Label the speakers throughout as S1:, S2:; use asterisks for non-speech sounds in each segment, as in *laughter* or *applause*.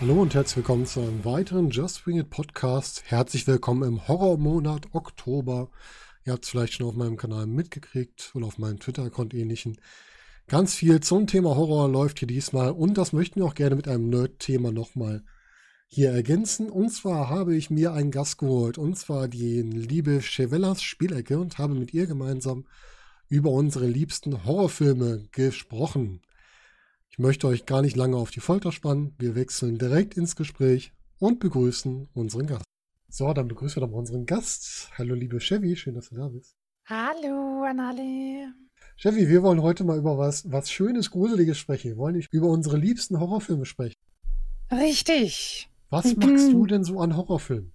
S1: Hallo und herzlich willkommen zu einem weiteren Just Wing It Podcast. Herzlich willkommen im Horrormonat Oktober. Ihr habt es vielleicht schon auf meinem Kanal mitgekriegt oder auf meinem Twitter-Account ähnlichen. Ganz viel zum Thema Horror läuft hier diesmal und das möchten wir auch gerne mit einem Nerd-Thema nochmal hier ergänzen. Und zwar habe ich mir einen Gast geholt und zwar die liebe Chevellas Spielecke und habe mit ihr gemeinsam über unsere liebsten Horrorfilme gesprochen. Ich möchte euch gar nicht lange auf die Folter spannen. Wir wechseln direkt ins Gespräch und begrüßen unseren Gast. So, dann begrüßen wir doch mal unseren Gast. Hallo, liebe Chevy, schön, dass du da bist.
S2: Hallo, Annale.
S1: Chevy, wir wollen heute mal über was, was Schönes, Gruseliges sprechen. Wir wollen nicht über unsere liebsten Horrorfilme sprechen.
S2: Richtig.
S1: Was magst du denn so an Horrorfilmen?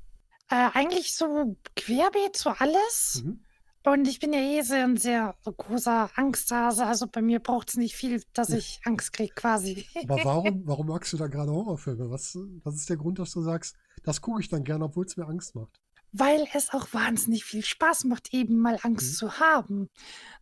S2: Äh, eigentlich so querbeet zu alles.
S1: Mhm.
S2: Und ich bin ja eh sehr, ein sehr großer Angsthase. Also bei mir braucht es nicht viel, dass ich Angst kriege, quasi. *laughs*
S1: Aber warum, warum magst du da gerade Horrorfilme? Was, was ist der Grund, dass du sagst, das gucke ich dann gerne, obwohl es mir Angst macht?
S2: Weil es auch wahnsinnig viel Spaß macht, eben mal Angst
S1: Mhm.
S2: zu haben.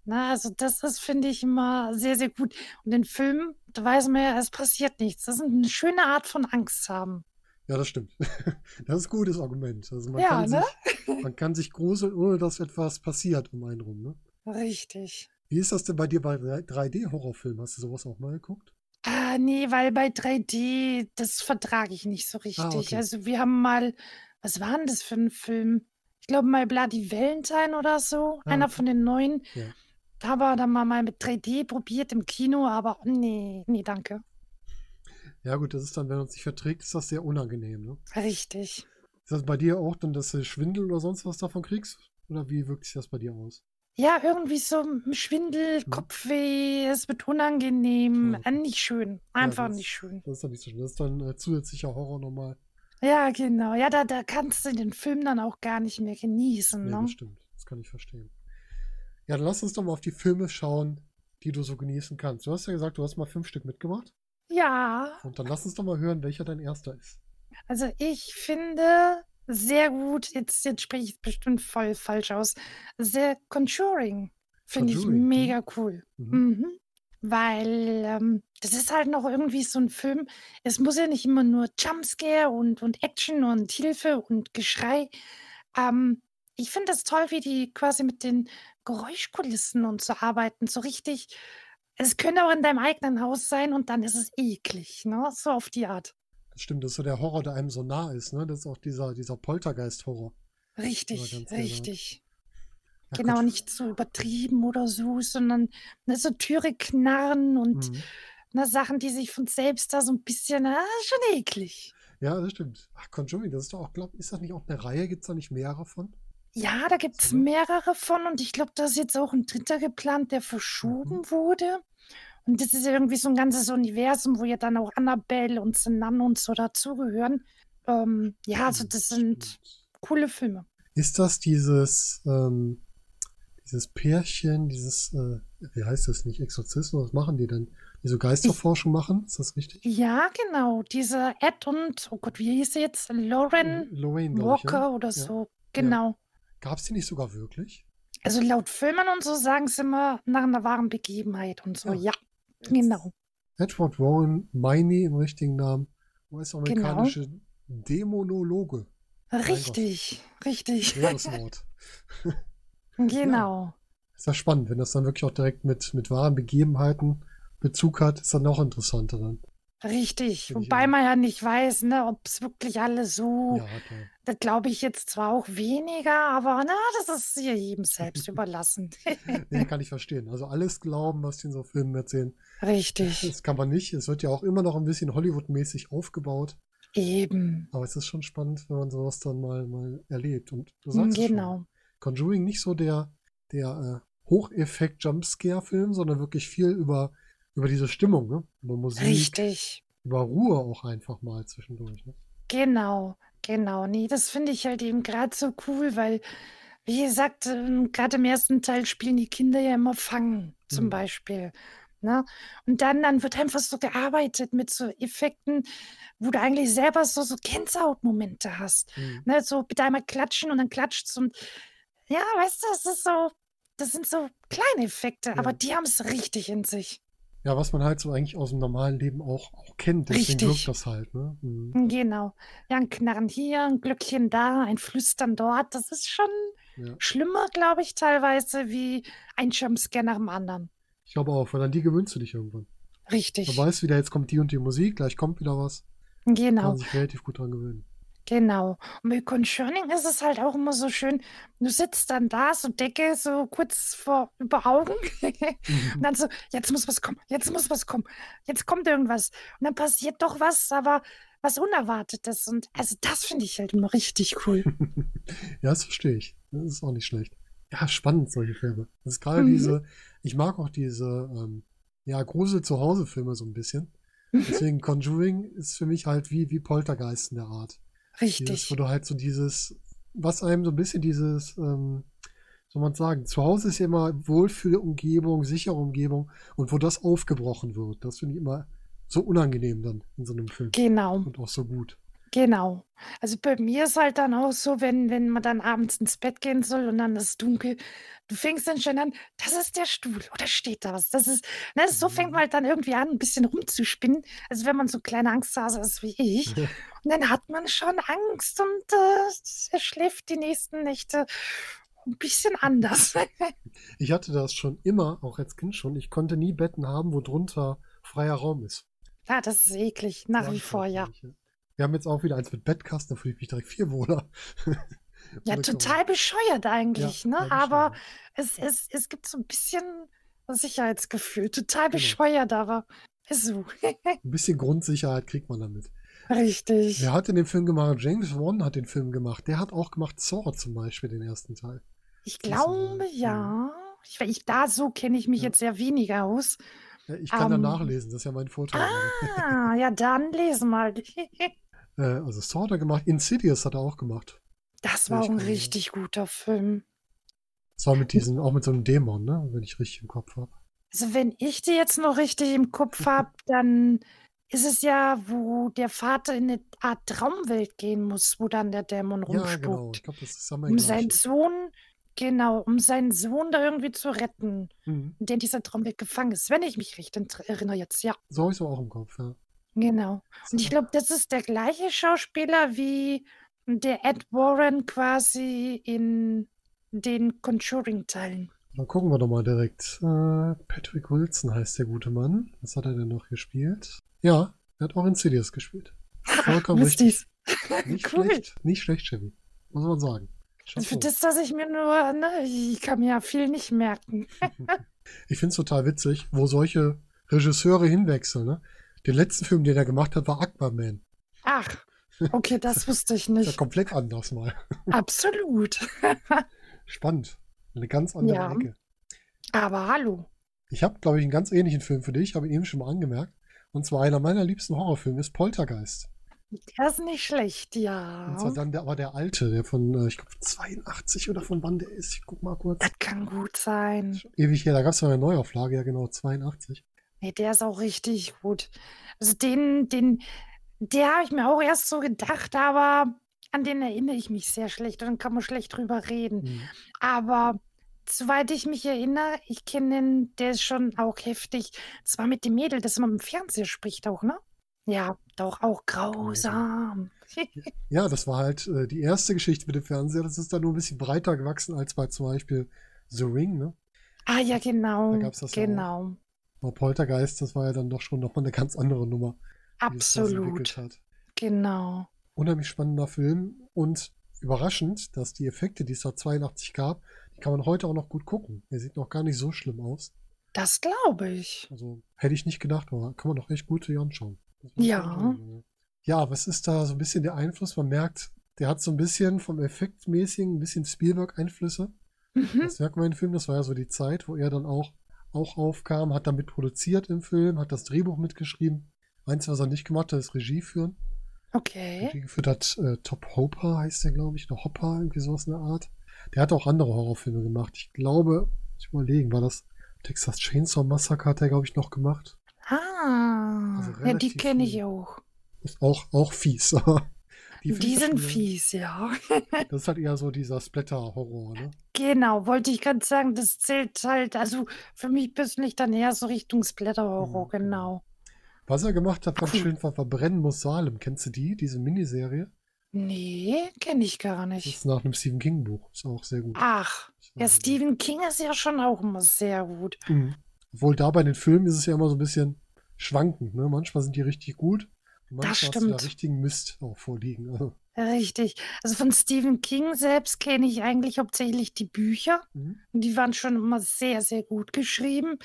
S2: Na, also das ist, finde ich, immer sehr, sehr gut. Und in Filmen, da weiß man ja, es passiert nichts. Das ist eine schöne Art von Angst haben.
S1: Ja, das stimmt. *laughs* Das ist ein gutes Argument. Also man,
S2: Ja,
S1: kann
S2: ne?
S1: sich, man kann sich gruseln, ohne dass etwas passiert um einen rum. Ne?
S2: Richtig.
S1: Wie ist das denn bei dir bei 3D-Horrorfilmen? Hast du sowas auch mal geguckt?
S2: Ah, nee, weil bei 3D, das vertrage ich nicht so richtig.
S1: Ah, okay.
S2: Also wir haben mal, was war denn das für ein Film? Ich glaube mal Bloody Valentine oder so,
S1: Ah,
S2: einer
S1: okay.
S2: von den neuen.
S1: Ja.
S2: Da haben wir dann mal, mal mit 3D probiert im Kino, aber nee, nee, danke.
S1: Ja, gut, das ist dann, wenn man es nicht verträgt, ist das sehr unangenehm. Ne?
S2: Richtig.
S1: Ist das bei dir auch dann, dass du Schwindel oder sonst was davon kriegst? Oder wie wirkt sich das bei dir aus?
S2: Ja, irgendwie so m- Schwindel, Kopfweh, es wird unangenehm,
S1: Ja, Mhm. Ah, okay.
S2: äh, nicht schön, einfach
S1: das-
S2: nicht schön.
S1: Das ist dann nicht so schön. Das ist dann äh, zusätzlicher Horror nochmal.
S2: Ja, genau. Ja, da, da kannst du den Film dann auch gar nicht mehr genießen,
S1: Nee,
S2: ne?
S1: das stimmt. Das kann ich verstehen. Ja, dann lass uns doch mal auf die Filme schauen, die du so genießen kannst. Du hast ja gesagt, du hast mal fünf Stück mitgemacht.
S2: Ja.
S1: Und dann lass uns doch mal hören, welcher dein erster ist.
S2: Also ich finde sehr gut, jetzt, jetzt spreche ich bestimmt voll falsch aus, sehr Conjuring finde ich
S1: Conjuring, mhm.
S2: mega cool.
S1: Mhm.
S2: Mhm. Weil ähm, das ist halt noch irgendwie so ein Film, es muss ja nicht immer nur Jumpscare und, und Action und Hilfe und Geschrei. Ähm, ich finde das toll, wie die quasi mit den Geräuschkulissen und so arbeiten, so richtig. Es könnte auch in deinem eigenen Haus sein und dann ist es eklig, ne? So auf die Art.
S1: Das stimmt, das ist so der Horror, der einem so nah ist. Ne? Das ist auch dieser, dieser Poltergeist-Horror.
S2: Richtig,
S1: ganz genau.
S2: richtig.
S1: Ja,
S2: genau,
S1: gut.
S2: nicht so übertrieben oder so, sondern ne, so Türe knarren und
S1: Mhm.
S2: ne, Sachen, die sich von selbst da so ein bisschen, ah, schon eklig.
S1: Ja, das stimmt. Ach, Conjuring, das ist doch auch, glaub, ist das nicht auch eine Reihe? Gibt es da nicht mehrere von?
S2: Ja, da gibt es
S1: Mhm.
S2: mehrere von und ich glaube, da ist jetzt auch ein dritter geplant, der verschoben
S1: Mhm.
S2: wurde. Und das ist ja irgendwie so ein ganzes Universum, wo ja dann auch Annabelle und Sinan und so dazugehören. Ähm, ja, also das sind
S1: Hm, Stimmt.
S2: coole Filme.
S1: Ist das dieses, ähm, dieses Pärchen, dieses, äh, wie heißt das nicht, Exorzismus, was machen die denn? Die so Geisterforschung machen? Ist das richtig?
S2: Ja, genau. Diese Ed und, oh Gott, wie hieß sie jetzt?
S1: Mhm.
S2: Lauren
S1: Lorraine, glaub ich,
S2: Walker
S1: ja?
S2: oder so. Genau.
S1: Gab es die nicht sogar wirklich?
S2: Also laut Filmen und so sagen sie immer nach einer wahren Begebenheit und so.
S1: Ja.
S2: Ja, genau.
S1: Edward Rowan Miney im richtigen Namen, US-amerikanische
S2: Genau.
S1: Dämonologe.
S2: Richtig, richtig.
S1: Schweres Wort.
S2: *laughs* Genau.
S1: Ist ja spannend, wenn das dann wirklich auch direkt mit, mit wahren Begebenheiten Bezug hat, ist dann noch interessanter dann.
S2: Richtig.
S1: Find ich
S2: Wobei
S1: auch.
S2: man ja nicht weiß, ne, ob es wirklich alles so,
S1: Ja, klar.
S2: das glaube ich jetzt zwar auch weniger, aber na, das ist ja
S1: *laughs*
S2: jedem selbst überlassen.
S1: Nee, kann ich verstehen. Also alles glauben, was die in so Filmen erzählen,
S2: Richtig.
S1: das kann man nicht. Es wird ja auch immer noch ein bisschen Hollywood-mäßig aufgebaut.
S2: Eben.
S1: Aber es ist schon spannend, wenn man sowas dann mal, mal erlebt. Und du sagst es schon,
S2: genau.
S1: Conjuring nicht so der, der äh, Hocheffekt-Jumpscare-Film, sondern wirklich viel über, über diese Stimmung, ne? über Musik,
S2: Richtig.
S1: über Ruhe auch einfach mal zwischendurch. Ne?
S2: Genau, genau. Nee, das finde ich halt eben gerade so cool, weil, wie gesagt, ähm, gerade im ersten Teil spielen die Kinder ja immer Fangen, zum
S1: Mhm.
S2: Beispiel. Ne? Und dann, dann wird einfach so gearbeitet mit so Effekten, wo du eigentlich selber so, so Gänsehautmomente hast.
S1: Mhm.
S2: Ne? So bitte einmal klatschen und dann klatscht's und ja, weißt du, das ist so, das sind so kleine Effekte, aber
S1: Ja.
S2: die haben es richtig in sich.
S1: Ja, was man halt so eigentlich aus dem normalen Leben auch, auch kennt, deswegen wirkt
S2: Richtig.
S1: das halt, ne? Mhm.
S2: Genau. Ja, ein Knarren hier, ein Glöckchen da, ein Flüstern dort. Das ist schon
S1: Ja.
S2: schlimmer, glaube ich, teilweise wie ein Jumpscare nach dem anderen.
S1: Ich glaube auch, weil an die gewöhnst du dich irgendwann. Du
S2: Richtig.
S1: weißt wieder, jetzt kommt die und die Musik, gleich kommt wieder was. Kann man
S2: Genau,
S1: sich relativ gut dran
S2: *laughs*
S1: gewöhnen.
S2: genau. Und bei Concerning ist es halt auch immer so schön. Du sitzt dann da, so Decke, so kurz vor über Augen. *laughs* Und
S1: Mhm.
S2: dann so, jetzt muss was kommen, jetzt muss was kommen, jetzt kommt irgendwas. Und dann passiert doch was, aber was Unerwartetes. Und also das finde ich halt immer richtig cool.
S1: *laughs* ja, das verstehe ich. Das ist auch nicht schlecht. Ja, spannend, solche Filme. Das ist gerade
S2: Mhm.
S1: diese, ich mag auch diese, ähm, ja, Grusel-Zuhause-Filme so ein
S2: *laughs*
S1: bisschen.
S2: Mhm.
S1: Deswegen Conjuring ist für mich halt wie, wie Poltergeist in der Art. Dieses, wo
S2: Richtig.
S1: du halt so dieses, was einem so ein bisschen dieses, ähm, wie soll man sagen, zu Hause ist ja immer Wohlfühlumgebung, sichere Umgebung und wo das aufgebrochen wird, das finde ich immer so unangenehm dann in so einem Film
S2: Genau,
S1: und auch so gut.
S2: genau. Also bei mir ist halt dann auch so, wenn, wenn man dann abends ins Bett gehen soll und dann ist dunkel, du fängst dann schon an, das ist der Stuhl oder steht da was? Das ist, ne, so fängt man
S1: Mhm.
S2: halt dann irgendwie an, ein bisschen rumzuspinnen. Also wenn man so kleine Angsthase ist wie ich, und dann hat man schon Angst und äh, er schläft die nächsten Nächte ein bisschen anders. *laughs*
S1: Ich hatte das schon immer, auch als Kind schon, ich konnte nie Betten haben, wo drunter freier Raum ist.
S2: ja, das ist eklig, nach wie vor, ja.
S1: Langfreundlich, ja. Wir haben jetzt auch wieder eins mit Bettkasten, da fühle ich mich direkt viel wohler. *laughs*
S2: Ja,
S1: Ohne Kamera.
S2: total bescheuert
S1: Ja,
S2: eigentlich, ne?
S1: ja, das
S2: Aber
S1: stimmt.
S2: es, es, es gibt so ein bisschen das Sicherheitsgefühl. Total
S1: Genau.
S2: bescheuert, aber ist so.
S1: Ein bisschen Grundsicherheit kriegt man damit.
S2: Richtig.
S1: Wer hat denn den Film gemacht? James Wan hat den Film gemacht. Der hat auch gemacht Saw zum Beispiel, den ersten Teil.
S2: Ich
S1: Das war-
S2: glaube, ja. Ich, we- ich, da so kenne ich mich
S1: Ja.
S2: jetzt sehr
S1: *laughs*
S2: weniger aus.
S1: Ja, Ich kann da
S2: Ähm,
S1: nachlesen, das ist ja mein Vorteil.
S2: ah, ja, dann lesen mal. *laughs*
S1: Äh, also Saw hat er gemacht, Insidious hat er auch gemacht.
S2: Das
S1: Ja,
S2: war auch
S1: ich
S2: ein
S1: kann, ja.
S2: richtig guter Film.
S1: Das war mit diesem, auch mit so einem Dämon, ne? wenn ich richtig im Kopf habe.
S2: Also wenn ich die jetzt noch richtig im
S1: Mhm.
S2: Kopf habe, dann ist es ja, wo der Vater in eine Art Traumwelt gehen muss, wo dann der Dämon
S1: Ja, genau. Ich
S2: rumspukt,
S1: glaube, das ist immer der
S2: um seinen
S1: gleiche.
S2: Sohn, genau, um seinen Sohn da irgendwie zu retten,
S1: Mhm.
S2: in dem dieser Traumwelt gefangen ist, wenn ich mich recht entr- erinnere jetzt, ja,
S1: So habe ich es auch im Kopf, ja.
S2: genau.
S1: Ist
S2: Und ich
S1: immer-
S2: glaube, das ist der gleiche Schauspieler wie der Ed Warren quasi in den Conjuring-Teilen.
S1: Dann gucken wir doch mal direkt. Äh, Patrick Wilson heißt der gute Mann. Was hat er denn noch gespielt? Ja, er hat auch Insidious
S2: *laughs*
S1: gespielt. Vollkommen
S2: Wisst
S1: Oh, richtig.
S2: ihr's?
S1: Nicht
S2: Cool.
S1: schlecht, nicht schlecht, Chevy. Muss man sagen.
S2: Also für
S1: Chapeau.
S2: das, dass ich mir nur, ne, ich kann mir ja viel nicht merken.
S1: Ich finde es total witzig, wo solche Regisseure hinwechseln. Ne? Den letzten Film, den er gemacht hat, war Aquaman. *laughs*
S2: Ach, okay, das wusste ich
S1: Ist ja
S2: nicht.
S1: komplett anders mal. *laughs*
S2: Absolut.
S1: Spannend. Eine ganz andere
S2: Ja,
S1: Ecke.
S2: aber hallo.
S1: Ich habe, glaube ich, einen ganz ähnlichen Film für dich, habe ihn eben schon mal angemerkt. Und zwar einer meiner liebsten Horrorfilme ist Poltergeist.
S2: Der ist nicht schlecht,
S1: Und zwar
S2: ja.
S1: dann der, aber der alte, der von, äh, ich glaube, 82 oder von wann der ist. Ich guck mal kurz.
S2: Das kann gut sein.
S1: Schon Ewig her, da gab es eine Neuauflage, ja genau, 82.
S2: Nee, Ne, der ist auch richtig gut. Also den, den, der habe ich mir auch erst so gedacht, aber an den erinnere ich mich sehr schlecht und dann kann man schlecht drüber reden.
S1: Mhm.
S2: Aber soweit ich mich erinnere, ich kenne den, der ist schon auch heftig. Zwar mit dem Mädel, das man im Fernseher spricht auch, ne? Ja, doch auch
S1: Grausam.
S2: grausam.
S1: Ja, das war halt äh, die erste Geschichte mit dem Fernseher. Das ist dann nur ein bisschen breiter gewachsen als bei zum Beispiel The Ring, ne?
S2: Ah ja,
S1: Da
S2: genau,
S1: gab es das ja auch.
S2: genau.
S1: Aber Poltergeist, das war ja dann doch schon nochmal eine ganz andere Nummer, wie es das entwickelt
S2: Absolut,
S1: hat.
S2: genau.
S1: Unheimlich spannender Film und überraschend, dass die Effekte, die es da 82 gab, die kann man heute auch noch gut gucken. Der sieht noch gar nicht so schlimm aus.
S2: Das glaube ich.
S1: Also hätte ich nicht gedacht, aber kann man doch echt gut hier anschauen. Das muss man
S2: Ja,
S1: sagen, ja. ja, was ist da so ein bisschen der Einfluss? Man merkt, der hat so ein bisschen vom Effektmäßigen ein bisschen Spielberg-Einflüsse.
S2: mhm.
S1: Das merkt man im Film, das war ja so die Zeit, wo er dann auch, auch aufkam, hat damit produziert im Film, hat das Drehbuch mitgeschrieben. Eins, was er nicht gemacht hat, ist Regie führen.
S2: Okay.
S1: Regie geführt hat äh, Top Hopper, heißt der, glaube ich, oder Hopper, irgendwie sowas in der Art. Der hat auch andere Horrorfilme gemacht. Ich glaube, ich überlegen, war das Texas Chainsaw Massacre hat er, glaube ich, noch gemacht.
S2: Ah,
S1: Also
S2: ja, die
S1: relativ
S2: kenne
S1: früh.
S2: ich auch.
S1: Ist auch, auch fies, *laughs* aber
S2: Die,
S1: finde ich
S2: sind
S1: schon-
S2: fies, ja.
S1: Das ist halt eher so dieser Splatter-Horror, ne?
S2: Genau, wollte ich gerade sagen, das zählt halt, also für mich persönlich dann eher so Richtung Splatter-Horror,
S1: Mhm,
S2: genau.
S1: genau. Was er gemacht hat, ganz
S2: Cool.
S1: schön war Verbrennen muss Salem. Kennst du die, diese Miniserie?
S2: Nee, kenne ich gar
S1: Das
S2: nicht.
S1: ist Hm. nach einem Stephen King-Buch. Ist auch sehr gut.
S2: Ach, Ah, ja, Stephen King ist ja schon auch immer sehr gut.
S1: Mhm. Obwohl da bei den Filmen ist es ja immer so ein bisschen schwankend. Ne? Manchmal sind die richtig gut. Und
S2: Das
S1: manchmal hast du da
S2: stimmt.
S1: richtigen Mist auch vorliegen. Also,
S2: Richtig. Also von Stephen King selbst kenne ich eigentlich hauptsächlich die Bücher.
S1: mhm.
S2: Und Die waren schon immer sehr, sehr gut geschrieben.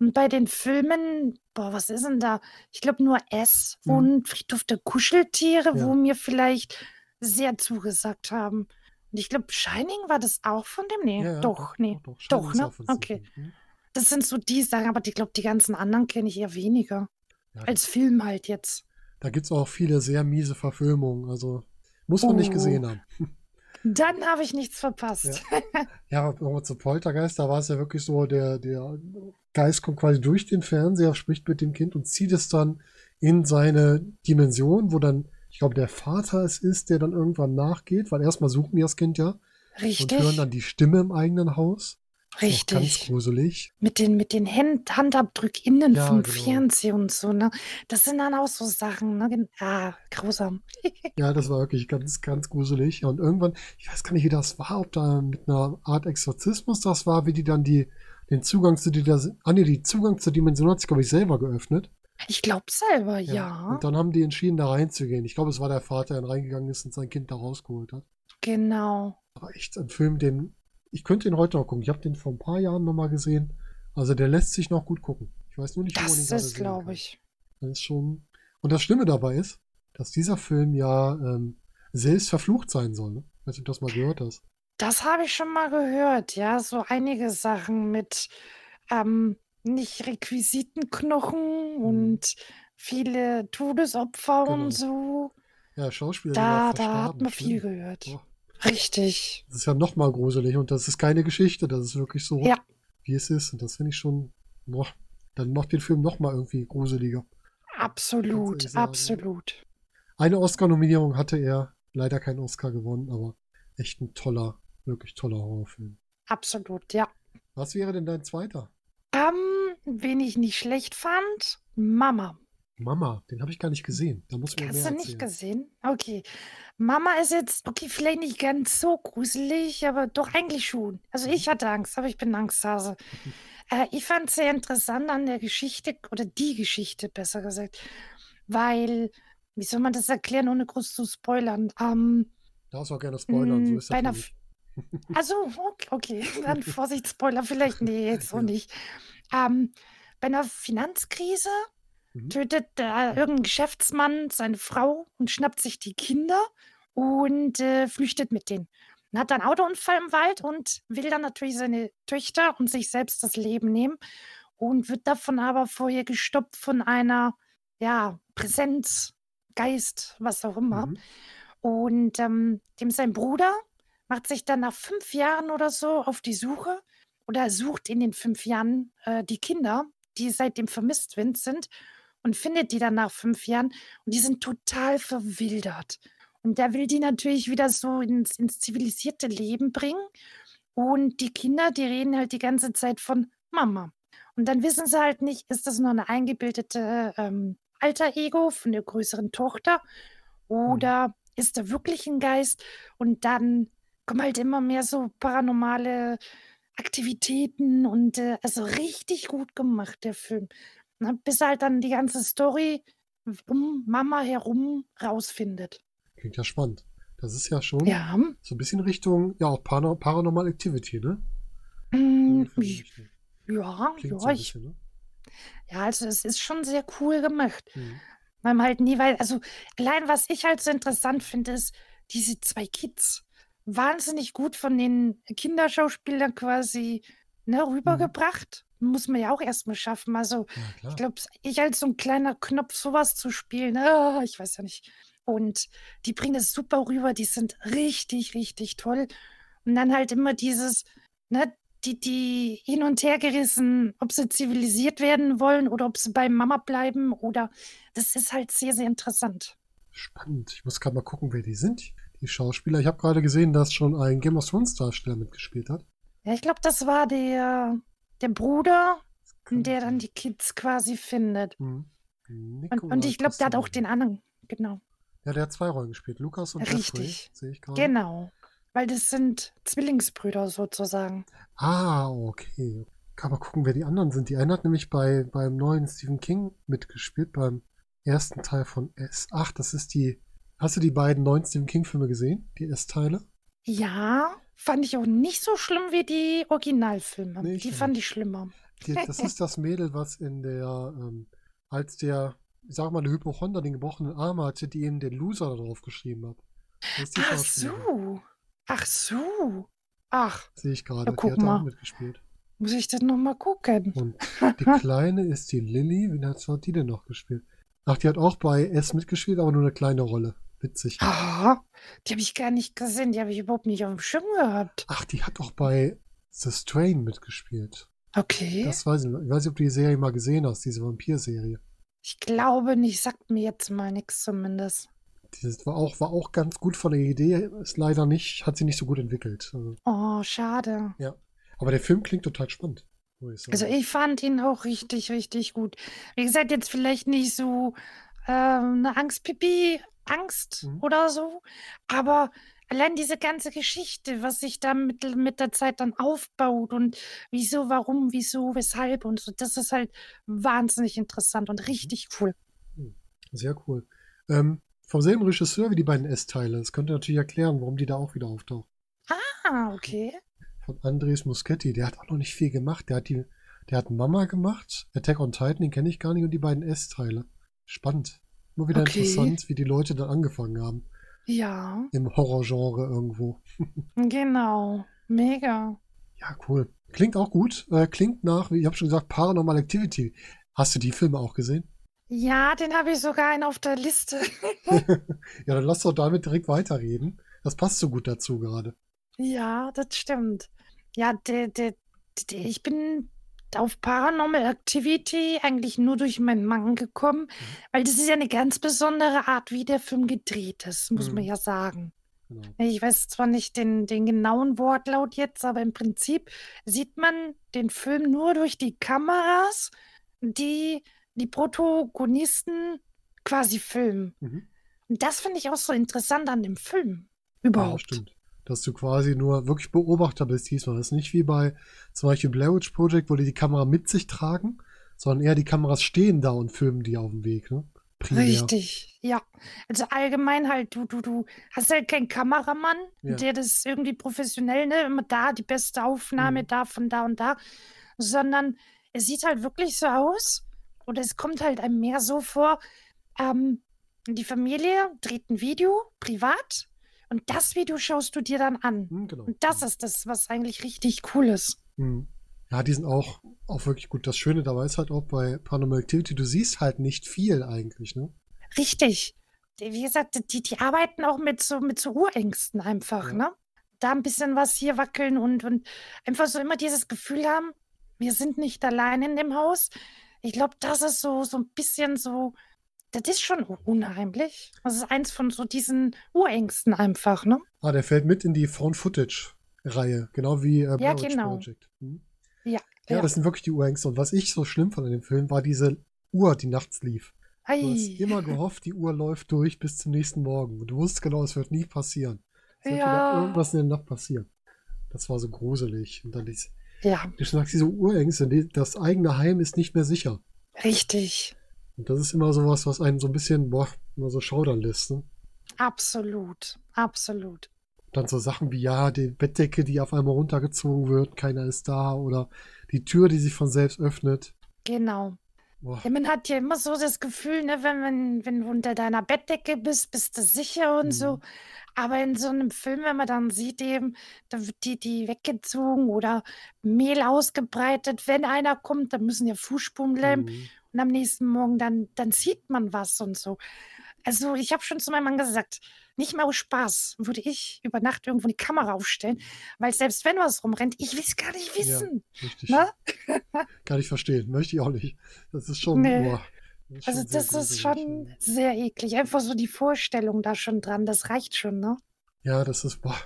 S2: Und bei den Filmen, boah, was ist denn da? Ich glaube nur S
S1: Mhm.
S2: und Friedhof der Kuscheltiere,
S1: Ja.
S2: wo mir vielleicht sehr zugesagt haben. Und ich glaube, Shining war das auch von dem? Nee,
S1: Ja, ja,
S2: doch, nee.
S1: Doch,
S2: Doch,
S1: Shining ist
S2: ne?
S1: auch von Stephen
S2: Okay.
S1: King.
S2: Das sind so die Sachen, aber die glaube, die ganzen anderen kenne ich eher weniger.
S1: Ja,
S2: Als Film halt jetzt.
S1: Da gibt es auch viele sehr miese Verfilmungen. Also muss man nicht
S2: Oh.
S1: gesehen haben.
S2: Dann habe ich nichts verpasst.
S1: Ja, aber nochmal zu Poltergeist, da war es ja wirklich so, der, der Geist kommt quasi durch den Fernseher, spricht mit dem Kind und zieht es dann in seine Dimension, wo dann, ich glaube, der Vater es ist, der dann irgendwann nachgeht, weil erstmal suchen die das Kind ja und hören
S2: *laughs* Richtig,
S1: dann die Stimme im eigenen Haus. Das ist auch Ganz
S2: richtig.
S1: gruselig.
S2: Mit den, mit den Hand, Handabdrücken
S1: Ja,
S2: vom
S1: genau.
S2: Fernseher und so, ne? Das sind dann auch so Sachen, ne? Gen- Ah, grausam.
S1: Ja, das war wirklich ganz, ganz gruselig. Ja, Und irgendwann, ich weiß gar nicht, wie das war, ob da mit einer Art Exorzismus das war, wie die dann die, den Zugang zu dieser, ah nee, die Zugang zur Dimension hat sich, glaube ich, selber geöffnet.
S2: Ich glaube selber, ja.
S1: Und dann haben die entschieden, da reinzugehen. Ich glaube, es war der Vater, der reingegangen ist und sein Kind da rausgeholt hat.
S2: Genau.
S1: Aber echt ein Film, den. Ich könnte ihn heute noch gucken. Ich habe den vor ein paar Jahren nochmal gesehen. Also der lässt sich noch gut gucken. Ich weiß nur nicht, wo man ihn
S2: Das
S1: gerade
S2: ist,
S1: sehen kann.
S2: glaube ich.
S1: Das ist schon. Und das Schlimme dabei ist, dass dieser Film ja ähm, selbst verflucht sein soll. Ne? Als du das mal gehört hast.
S2: Das habe ich schon mal gehört, ja. So einige Sachen mit ähm, nicht Requisitenknochen und viele Todesopfer
S1: Mhm. Genau.
S2: und so.
S1: Ja, Schauspieler, die
S2: Da, da
S1: verstarben.
S2: hat man viel
S1: Schlimm.
S2: gehört.
S1: Boah.
S2: Richtig.
S1: Das ist ja nochmal gruselig und das ist keine Geschichte, das ist wirklich so,
S2: Ja.
S1: wie es ist. Und das finde ich schon, boah, dann macht den Film nochmal irgendwie gruseliger. ehrlich
S2: Absolut,
S1: sagen.
S2: absolut.
S1: Eine Oscar-Nominierung hatte er, leider keinen Oscar gewonnen, aber echt ein toller, wirklich toller Horrorfilm.
S2: Absolut, ja.
S1: Was wäre denn dein zweiter?
S2: Ähm, wen ich nicht schlecht fand, Mama.
S1: Mama, den habe ich gar nicht gesehen. Da muss man
S2: Hast
S1: mehr
S2: du nicht
S1: erzählen.
S2: gesehen? Okay. Mama ist jetzt, okay, vielleicht nicht ganz so gruselig, aber doch eigentlich schon. Also ich hatte Angst, aber ich bin Angsthase. Äh, ich fand es sehr interessant an der Geschichte, oder die Geschichte besser gesagt, weil, wie soll man das erklären, ohne groß zu spoilern? Ähm,
S1: Darfst auch gerne spoilern, so
S2: Mm,
S1: ist
S2: bei
S1: das
S2: einer
S1: nicht.
S2: Also,
S1: *laughs*
S2: okay, dann Vorsicht, Spoiler, vielleicht, nee, jetzt so
S1: Ja.
S2: nicht. Ähm, bei einer Finanzkrise
S1: Mhm.
S2: tötet da irgendein Geschäftsmann seine Frau und schnappt sich die Kinder und äh, flüchtet mit denen. Und hat dann einen Autounfall im Wald und will dann natürlich seine Töchter und sich selbst das Leben nehmen und wird davon aber vorher gestoppt von einer, ja, Präsenz, Geist, was auch immer.
S1: Mhm.
S2: Und ähm, dem sein Bruder macht sich dann nach fünf Jahren oder so auf die Suche oder sucht in den fünf Jahren äh, die Kinder, die seitdem vermisst win- sind und findet die dann nach fünf Jahren und die sind total verwildert. Und der will die natürlich wieder so ins, ins zivilisierte Leben bringen. Und die Kinder, die reden halt die ganze Zeit von Mama. Und dann wissen sie halt nicht, ist das nur eine eingebildete ähm, Alter Ego von der größeren Tochter oder ist da wirklich ein Geist? Und dann kommen halt immer mehr so paranormale Aktivitäten und äh, also richtig gut gemacht, der Film. Ne, bis er halt dann die ganze Story um Mama herum rausfindet.
S1: Klingt ja spannend. Das ist ja schon
S2: Ja. hm,
S1: so ein bisschen Richtung, ja, auch Par Paranormal Activity, ne? Hm,
S2: Mm,
S1: Ungefähr die
S2: j-
S1: Richtung.
S2: ja,
S1: Klingt so
S2: ja,
S1: ein
S2: ich,
S1: bisschen, ne?
S2: ja, also es ist schon sehr cool gemacht.
S1: Mhm.
S2: Weil man halt nie weiß, also allein was ich halt so interessant finde, ist diese zwei Kids. Wahnsinnig gut von den Kinderschauspielern quasi ne, rübergebracht. Muss man ja auch erstmal schaffen. Also
S1: Ja, klar.
S2: ich glaube, ich als halt so ein kleiner Knopf, sowas zu spielen, ah, ich weiß ja nicht. Und die bringen es super rüber, die sind richtig, richtig toll. Und dann halt immer dieses, ne, die, die hin und her gerissen, ob sie zivilisiert werden wollen oder ob sie bei Mama bleiben oder das ist halt sehr, sehr interessant.
S1: Spannend. Ich muss gerade mal gucken, wer die sind, die Schauspieler. Ich habe gerade gesehen, dass schon ein Game of Thrones Darsteller mitgespielt hat.
S2: Ja, ich glaube, das war der, der Bruder, der dann die Kids quasi findet.
S1: Mhm.
S2: Und, und ich glaube, der hat auch den anderen, genau.
S1: Ja, der hat zwei Rollen gespielt. Lukas und
S2: Richtig.
S1: Jeffrey, sehe ich gerade.
S2: Genau. Weil das sind Zwillingsbrüder sozusagen.
S1: Ah, okay. Kann mal gucken, wer die anderen sind. Die eine hat nämlich bei beim neuen Stephen King mitgespielt, beim ersten Teil von S. Ach, das ist die. Hast du die beiden neuen Stephen King-Filme gesehen? Die S-Teile?
S2: Ja, fand ich auch nicht so schlimm wie die Originalfilme.
S1: Nee, ich
S2: die
S1: auch
S2: fand ich schlimmer.
S1: Die- Das
S2: *laughs*
S1: ist das Mädel, was in der, ähm, als der, ich sag mal, der Hypochonder den gebrochenen Arm hatte, die eben den Loser darauf geschrieben hat. Das ist die
S2: Ach
S1: Schauspielerin.
S2: so. Ach so. Ach,
S1: Sehe ich gerade.
S2: Na,
S1: Die
S2: guck
S1: hat da auch
S2: mal.
S1: mitgespielt.
S2: muss ich das nochmal gucken?
S1: Und die Kleine ist die Lilly. Wen hat hat die denn noch gespielt? Ach, die hat auch bei S mitgespielt, aber nur eine kleine Rolle. Witzig.
S2: Ah, die habe ich gar nicht gesehen. Die habe ich überhaupt nicht auf dem Schirm gehabt.
S1: Ach, die hat auch bei The Strain mitgespielt.
S2: Okay.
S1: Das weiß ich noch. Ich weiß nicht, ob du die Serie mal gesehen hast, diese Vampir-Serie.
S2: ich glaube nicht. Sagt mir jetzt mal nichts zumindest.
S1: Die ist- war auch, war auch ganz gut von der Idee, ist leider nicht, hat sie nicht so gut entwickelt. Also,
S2: Oh, schade.
S1: aber der Film klingt total spannend. muss ich sagen.
S2: Also ich fand ihn auch richtig, richtig gut. Wie gesagt, jetzt vielleicht nicht so ähm, eine Angstpipi, Angst
S1: Mhm.
S2: oder so, aber allein diese ganze Geschichte, was sich da mit, mit der Zeit dann aufbaut und wieso, warum, wieso, weshalb und so, das ist halt wahnsinnig interessant und richtig cool.
S1: Sehr cool. Ähm, vom selben Regisseur wie die beiden S-Teile. Das könnte natürlich erklären, warum die da auch wieder auftaucht.
S2: Ah, okay.
S1: Von Andres Muschetti. Der hat auch noch nicht viel gemacht. Der hat die, der hat Mama gemacht. Attack on Titan, den kenne ich gar nicht. Und die beiden S-Teile. Spannend. Immer wieder
S2: Okay.
S1: interessant, wie die Leute dann angefangen haben.
S2: Ja,
S1: Im Horrorgenre irgendwo.
S2: genau. Mega.
S1: Ja, cool. Klingt auch gut. Äh, klingt nach, wie ich habe schon gesagt, Paranormal Activity. Hast du die Filme auch gesehen?
S2: Ja, den habe ich sogar einen auf der Liste.
S1: *laughs* Ja, dann lass doch damit direkt weiterreden. Das passt so gut dazu gerade.
S2: Ja, das stimmt. Ja, der, der, der, ich bin auf Paranormal Activity eigentlich nur durch meinen Mann gekommen, weil das ist ja eine ganz besondere Art, wie der Film gedreht ist, muss man
S1: Mhm.
S2: ja sagen.
S1: Genau.
S2: Ich weiß zwar nicht den, den genauen Wortlaut jetzt, aber im Prinzip sieht man den Film nur durch die Kameras, die die Protagonisten quasi filmen.
S1: Mhm.
S2: Und das finde ich auch so interessant an dem Film
S1: Ja,
S2: überhaupt.
S1: stimmt. Dass du quasi nur wirklich Beobachter bist diesmal. Das ist nicht wie bei zum Beispiel Blair Witch Project, wo die die Kamera mit sich tragen, sondern eher die Kameras stehen da und filmen die auf dem Weg. Ne? Primär.
S2: Richtig, ja. Also allgemein halt, du, du, du hast halt keinen Kameramann,
S1: Ja.
S2: der das irgendwie professionell, ne, immer da, die beste Aufnahme
S1: Mhm.
S2: da, von da und da, sondern es sieht halt wirklich so aus oder es kommt halt einem mehr so vor, ähm, die Familie dreht ein Video privat und das Video schaust du dir dann an.
S1: Hm, genau.
S2: Und das ist das, was eigentlich richtig cool ist.
S1: Mhm. Ja, die sind auch, auch wirklich gut. Das Schöne dabei ist halt auch bei Paranormal Activity, du siehst halt nicht viel eigentlich. Ne?
S2: Richtig. Die- Wie gesagt, die, die arbeiten auch mit so, mit so Urängsten einfach,
S1: Ja.
S2: ne? Da ein bisschen was hier wackeln und, und einfach so immer dieses Gefühl haben, wir sind nicht allein in dem Haus. Ich glaube, das ist so, so ein bisschen so, das ist schon unheimlich. Das ist eins von so diesen Urängsten einfach, ne?
S1: Ah, der fällt mit in die Found Footage Reihe, genau wie äh, Blair Witch
S2: genau.
S1: Project. Mhm.
S2: Ja,
S1: ja,
S2: ja.
S1: das sind wirklich die Urängste. Und was ich so schlimm fand an dem Film, war diese Uhr, die nachts lief. Du hast
S2: Ei, *laughs*
S1: immer gehofft, die Uhr läuft durch bis zum nächsten Morgen. Und du wusstest genau, es wird nie passieren. Es wird
S2: Ja.
S1: wieder irgendwas in der Nacht passieren. Das war so gruselig. Und dann dies,
S2: ja,
S1: du sagst, diese Urängste, die, das eigene Heim ist nicht mehr sicher.
S2: richtig.
S1: Und das ist immer sowas, was einen so ein bisschen, boah, immer so schaudern lässt. Ne?
S2: Absolut, absolut.
S1: Dann so Sachen wie, ja, die Bettdecke, die auf einmal runtergezogen wird, keiner ist da. Oder die Tür, die sich von selbst öffnet.
S2: Genau.
S1: Boah,
S2: Ja, man hat ja immer so das Gefühl, ne, wenn, man, wenn du unter deiner Bettdecke bist, bist du sicher und so.
S1: Mhm.
S2: Aber in so einem Film, wenn man dann sieht, eben, da wird die, die weggezogen oder Mehl ausgebreitet. Wenn einer kommt, dann müssen ja Fußspuren bleiben.
S1: mhm.
S2: Und am nächsten Morgen, dann, dann sieht man was und so. Also, ich habe schon zu meinem Mann gesagt, nicht mal aus Spaß würde ich über Nacht irgendwo die Kamera aufstellen, weil selbst wenn was rumrennt, ich will es gar nicht
S1: Ja,
S2: wissen.
S1: richtig.
S2: Ne?
S1: Kann ich verstehen. Möchte ich auch nicht. Das ist schon,
S2: Nee.
S1: boah, das ist
S2: Also
S1: schon sehr
S2: das ist
S1: gruselig.
S2: schon sehr eklig. Einfach so die Vorstellung da schon dran, das reicht schon, ne?
S1: Ja, das ist, boah.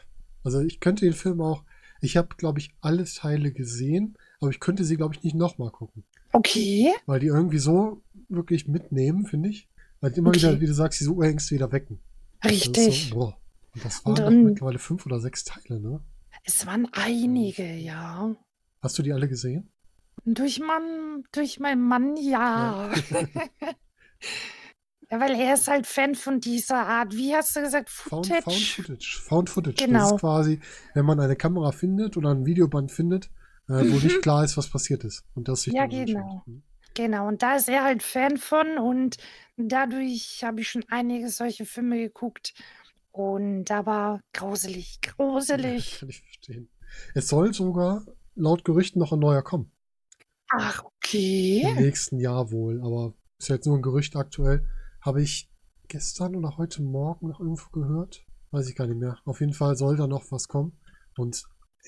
S1: Also ich könnte den Film auch, ich habe, glaube ich, alle Teile gesehen, aber ich könnte sie, glaube ich, nicht nochmal gucken.
S2: Okay,
S1: Weil die irgendwie so wirklich mitnehmen, finde ich. Weil die immer wieder,
S2: Okay.
S1: wie du sagst, diese Urängste wieder wecken. Das ist
S2: richtig.
S1: so, boah. Und das waren
S2: Und,
S1: doch
S2: und
S1: mittlerweile fünf oder sechs Teile, ne?
S2: es waren einige, ja.
S1: Hast du die alle gesehen?
S2: Und durch Mann, durch meinen Mann,
S1: Ja.
S2: ja. *laughs* Ja, weil er ist halt Fan von dieser Art. Wie hast du gesagt?
S1: Found, found
S2: Footage?
S1: Footage. Found Footage. Das ist
S2: Genau.
S1: quasi, wenn man eine Kamera findet oder ein Videoband findet, äh, wo nicht
S2: Mhm.
S1: klar ist, was passiert ist. Und das sich
S2: Ja,
S1: dann anschaut.
S2: genau. Genau, und da ist er halt Fan von und dadurch habe ich schon einige solche Filme geguckt. Und da war gruselig,
S1: Ja, das
S2: gruselig.
S1: *laughs* kann ich verstehen. Es soll sogar laut Gerüchten noch ein neuer kommen.
S2: Ach, okay.
S1: Im nächsten Jahr wohl, aber ist jetzt nur ein Gerücht aktuell. Habe ich gestern oder heute Morgen noch irgendwo gehört? Weiß ich gar nicht mehr. Auf jeden Fall soll da noch was kommen. Und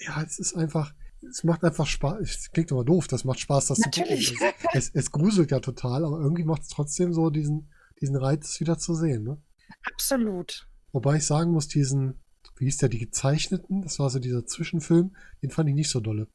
S1: ja, es ist einfach, es macht einfach Spaß. Es klingt aber doof, das macht Spaß, das zu gucken.
S2: Natürlich.
S1: Es, es, es gruselt ja total, aber irgendwie macht es trotzdem so diesen, diesen Reiz wieder zu sehen. Ne?
S2: Absolut.
S1: Wobei ich sagen muss, diesen, wie hieß der, die gezeichneten, das war so dieser Zwischenfilm, den fand ich nicht so dolle.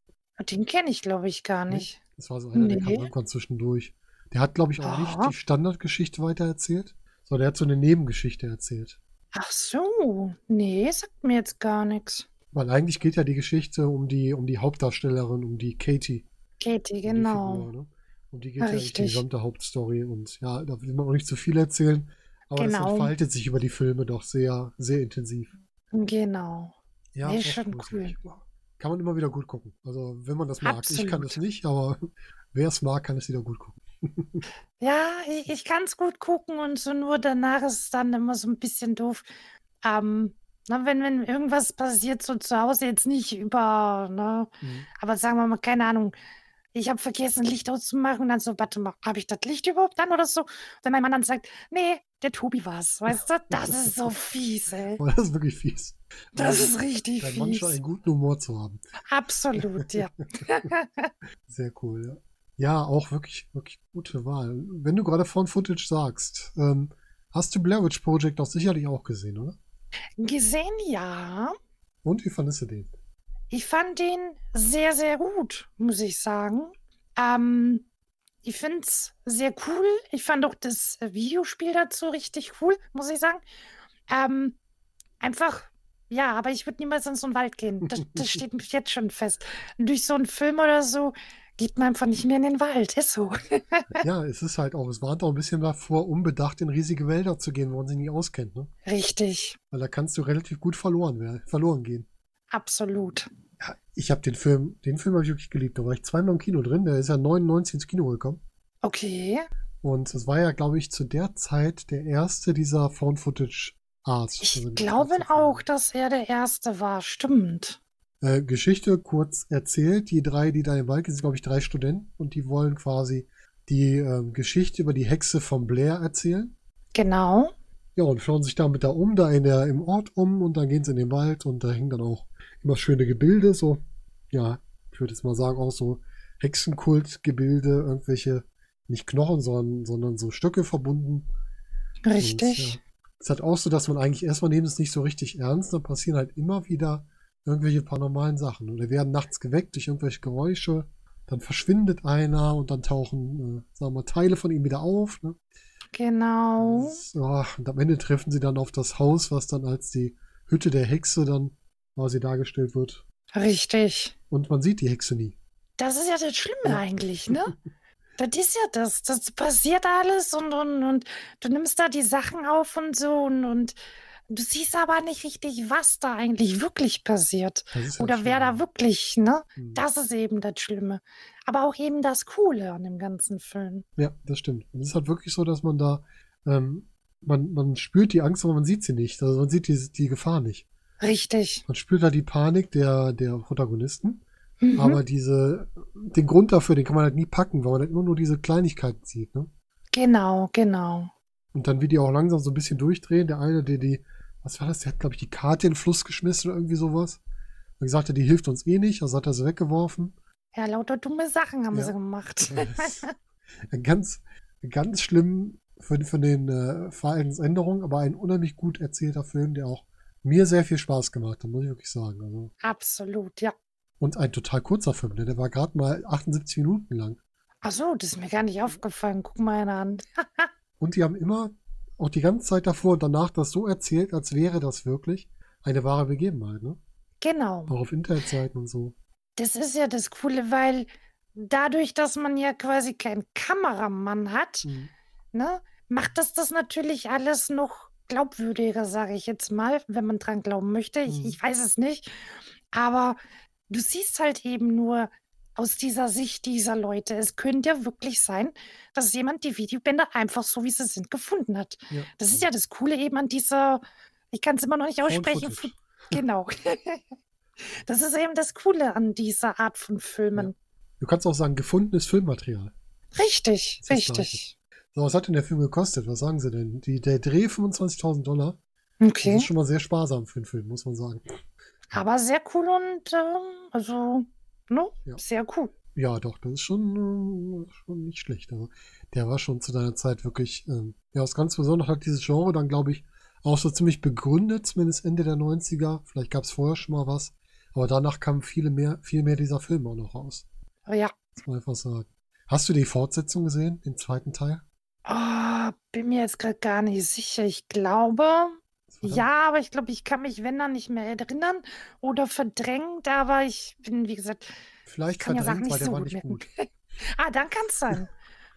S2: Den kenne ich, glaube ich, gar
S1: Nee?
S2: nicht.
S1: Das war so einer, der kam
S2: Nee.
S1: irgendwann zwischendurch. Der hat, glaube ich, auch nicht
S2: Aha.
S1: die Standardgeschichte weitererzählt, sondern der hat so eine Nebengeschichte erzählt.
S2: Ach so. Nee, sagt mir jetzt gar nichts.
S1: Weil eigentlich geht ja die Geschichte um die, um die Hauptdarstellerin, um die Katie,
S2: Katie,
S1: um die
S2: genau.
S1: Figur. Ne? Um die geht
S2: Ja,
S1: ja eigentlich die
S2: Richtig.
S1: gesamte Hauptstory. Und ja, da will man auch nicht zu viel erzählen, aber es
S2: Genau.
S1: entfaltet sich über die Filme doch sehr, sehr intensiv.
S2: Genau.
S1: Ja,
S2: Nee,
S1: doch
S2: schon cool.
S1: gruselig. Boah. Kann man immer wieder gut gucken. Also, wenn man das mag. Ich kann das
S2: Absolut.
S1: nicht, aber *laughs* wer es mag, kann es wieder gut gucken.
S2: Ja, ich, ich kann es gut gucken und so nur danach ist es dann immer so ein bisschen doof. Ähm, na, wenn, wenn irgendwas passiert, so zu Hause jetzt nicht über, ne,
S1: Mhm.
S2: aber sagen wir mal, keine Ahnung. Ich habe vergessen, Licht auszumachen und dann so, warte mal, habe ich das Licht überhaupt an oder so? Wenn mein Mann dann sagt, nee, der Tobi war's, weißt du? Das ist so fies, ey.
S1: Boah, das ist wirklich fies.
S2: Das
S1: Also,
S2: ist richtig
S1: Dein Mann scheint
S2: fies.
S1: einen guten Humor zu haben.
S2: Absolut, ja.
S1: Sehr cool, ja. Ja, auch wirklich, wirklich gute Wahl. Wenn du gerade Found Footage sagst, ähm, hast du Blair Witch Project doch sicherlich auch gesehen, oder?
S2: Gesehen, ja.
S1: Und wie fandest du den?
S2: *laughs* Ich fand den sehr, sehr gut, muss ich sagen. Ähm, ich finde es sehr cool. Ich fand auch das äh, Videospiel dazu richtig cool, muss ich sagen. Ähm, einfach, ja, aber ich würde niemals in so einen Wald gehen. Das, das steht mir jetzt schon fest. Und durch so einen Film oder so geht man einfach nicht mehr in den Wald. Ist so.
S1: ja, es ist halt auch, es warnt auch ein bisschen davor, unbedacht in riesige Wälder zu gehen, wo man sich nie auskennt, ne?
S2: Richtig.
S1: Weil da kannst du relativ gut verloren, wer- verloren gehen.
S2: Absolut.
S1: Ja, ich habe den Film, den Film habe ich wirklich geliebt. Da war ich zweimal im Kino drin, der ist ja 99 ins Kino gekommen.
S2: Okay.
S1: Und es war ja, glaube ich, zu der Zeit der erste dieser Found Footage Art.
S2: Ich
S1: also die
S2: glaube
S1: ganze Filme.
S2: auch, dass er der Erste war. Stimmt.
S1: äh, Geschichte kurz erzählt. Die drei, die da im Wald sind, sind glaube ich, drei Studenten und die wollen quasi die ähm, Geschichte über die Hexe von Blair erzählen.
S2: Genau.
S1: Ja, und schauen sich damit da um, da in der, im Ort um und dann gehen sie in den Wald und da hängen dann auch immer schöne Gebilde, so, ja, ich würde jetzt mal sagen, auch so Hexenkultgebilde, irgendwelche, nicht Knochen, sondern, sondern so Stöcke verbunden. Und ja,
S2: Richtig.
S1: es ist halt auch so, dass man eigentlich erstmal nehmen es nicht so richtig ernst, dann passieren halt immer wieder irgendwelche paranormalen Sachen. Oder werden nachts geweckt durch irgendwelche Geräusche, dann verschwindet einer und dann tauchen, äh, sagen wir mal, Teile von ihm wieder auf. Ne?
S2: Genau.
S1: Das- ja, und am Ende treffen sie dann auf das Haus, was dann als die Hütte der Hexe dann quasi dargestellt wird.
S2: Richtig.
S1: Und man sieht die Hexe nie.
S2: Das ist ja das Schlimme
S1: Ja.
S2: eigentlich, ne?
S1: *laughs*
S2: Das ist ja das. Das passiert alles und, und, und du nimmst da die Sachen auf und so und, und du siehst aber nicht richtig, was da eigentlich wirklich passiert.
S1: Das ist halt
S2: Oder wer da
S1: schlimm.
S2: wirklich, ne?
S1: Mhm.
S2: Das ist eben das Schlimme. Aber auch eben das Coole an dem ganzen Film.
S1: Ja, das stimmt. Und es ist halt wirklich so, dass man da, ähm, man, man spürt die Angst, aber man sieht sie nicht. Also man sieht die, die Gefahr nicht.
S2: Richtig.
S1: Man spürt halt die Panik der, der Protagonisten,
S2: Mhm.
S1: aber diese, den Grund dafür, den kann man halt nie packen, weil man halt immer nur diese Kleinigkeiten sieht. Ne?
S2: Genau, genau.
S1: Und dann wie die auch langsam so ein bisschen durchdrehen. Der eine, der die, was war das? Der hat, glaube ich, die Karte in den Fluss geschmissen oder irgendwie sowas. Dann gesagt hat, die hilft uns eh nicht, also hat er sie weggeworfen.
S2: Ja, lauter dumme Sachen haben
S1: Ja.
S2: sie gemacht.
S1: Das ist ganz, ganz schlimm für, für den äh, Verhaltensänderungen, aber ein unheimlich gut erzählter Film, der auch mir sehr viel Spaß gemacht hat, muss ich wirklich sagen. Also,
S2: Absolut, ja.
S1: und ein total kurzer Film, ne? der war gerade mal 78 Minuten lang.
S2: Ach so, das ist mir gar nicht aufgefallen. Guck mal einer an.
S1: Und die haben immer auch die ganze Zeit davor und danach das so erzählt, als wäre das wirklich eine wahre Begebenheit. Ne?
S2: Genau.
S1: Auch auf Internetseiten und so.
S2: Das ist ja das Coole, weil dadurch, dass man ja quasi keinen Kameramann hat,
S1: Mhm.
S2: ne, macht das das natürlich alles noch glaubwürdiger, sage ich jetzt mal, wenn man dran glauben möchte. Ich,
S1: Mhm.
S2: ich weiß es nicht. Aber du siehst halt eben nur aus dieser Sicht dieser Leute. Es könnte ja wirklich sein, dass jemand die Videobänder einfach so, wie sie sind, gefunden hat.
S1: Ja.
S2: Das ist ja das Coole eben an dieser, ich kann es immer noch nicht
S1: Found
S2: aussprechen,
S1: Footage.
S2: Genau. *laughs* Das ist eben das Coole an dieser Art von Filmen.
S1: Du kannst auch sagen, gefundenes Filmmaterial.
S2: Richtig,
S1: Das ist
S2: richtig.
S1: So, was hat denn der Film gekostet? Was sagen sie denn? Die, der Dreh 25.000 Dollar. Das
S2: Okay.
S1: ist schon mal sehr sparsam für einen Film, muss man sagen.
S2: Aber sehr cool und ähm, also, ne?
S1: Ja.
S2: Sehr cool.
S1: Ja, doch, das ist schon, äh, schon nicht schlecht. Also, der war schon zu deiner Zeit wirklich, ähm, ja, was ganz Besonderes hat dieses Genre dann, glaube ich, auch so ziemlich begründet, zumindest Ende der 90er. Vielleicht gab es vorher schon mal was, aber danach kamen viele mehr, viel mehr dieser Filme auch noch raus.
S2: Ja.
S1: Muss man einfach sagen. Hast du die Fortsetzung gesehen, den zweiten Teil?
S2: Oh, bin mir jetzt gerade gar nicht sicher. Ich glaube,
S1: Das war dann-
S2: ja, aber ich glaube, ich kann mich, wenn dann, nicht mehr erinnern oder verdrängt, aber ich bin, wie gesagt, ich
S1: Vielleicht
S2: kann ja Sachen
S1: verdrängt, weil
S2: nicht
S1: der
S2: so
S1: war
S2: gut
S1: nicht
S2: merken.
S1: gut.
S2: *laughs* ah, dann kann es sein.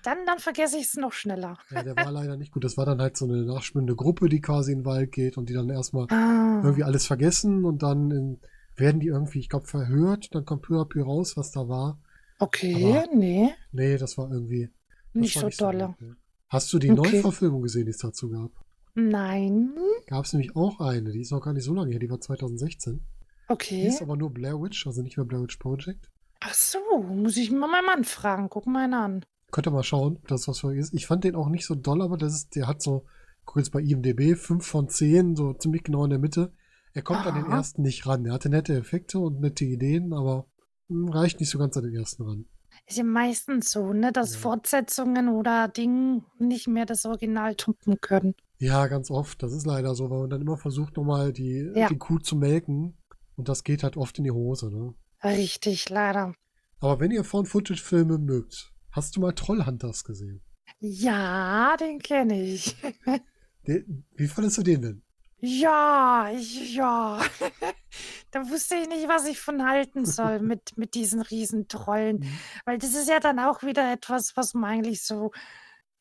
S2: Dann, dann vergesse ich es noch schneller.
S1: Ja, der war leider nicht gut. Das war dann halt so eine nachschwimmende Gruppe, die quasi in den Wald geht und die dann erstmal
S2: Ah,
S1: irgendwie alles vergessen und dann in, werden die irgendwie, ich glaube, verhört. Dann kommt peu à peu raus, was da war.
S2: okay, nee,
S1: Nee, das war irgendwie. Das
S2: nicht
S1: war
S2: so dolle.
S1: gut, ne? Hast du die
S2: Okay.
S1: Neuverfilmung gesehen, die es dazu gab?
S2: Nein,
S1: Gab es nämlich auch eine, die ist noch gar nicht so lange her, die war 2016. Die
S2: okay.
S1: ist aber nur Blair Witch, also nicht mehr Blair Witch Project.
S2: Ach so, muss ich mal meinen Mann fragen. Guck mal einen an.
S1: Könnt ihr mal schauen, ob das was für euch ist. Ich fand den auch nicht so doll, aber das ist, der hat so, guck jetzt bei IMDB, 5 von 10, so ziemlich genau in der Mitte. Er kommt an den
S2: Aha.
S1: ersten nicht ran. Er hatte nette Effekte und nette Ideen, aber hm, reicht nicht so ganz an den ersten ran.
S2: Ist ja meistens so, ne, dass
S1: Ja.
S2: Fortsetzungen oder Dinge nicht mehr das Original tumpen können.
S1: Ja, ganz oft. Das ist leider so, weil man dann immer versucht, nochmal die,
S2: Ja.
S1: die Kuh zu melken. Und das geht halt oft in die Hose, ne?
S2: Richtig, leider.
S1: Aber wenn ihr Found-Footage-Filme mögt, hast du mal Trollhunters gesehen?
S2: Ja, den kenne ich. *laughs*
S1: Der, wie fandest du den denn?
S2: Ja, ich, ja. *laughs* Da wusste ich nicht, was ich von
S1: *laughs*
S2: halten soll mit, mit diesen Riesentrollen.
S1: Mhm.
S2: Weil das ist ja dann auch wieder etwas, was man eigentlich so,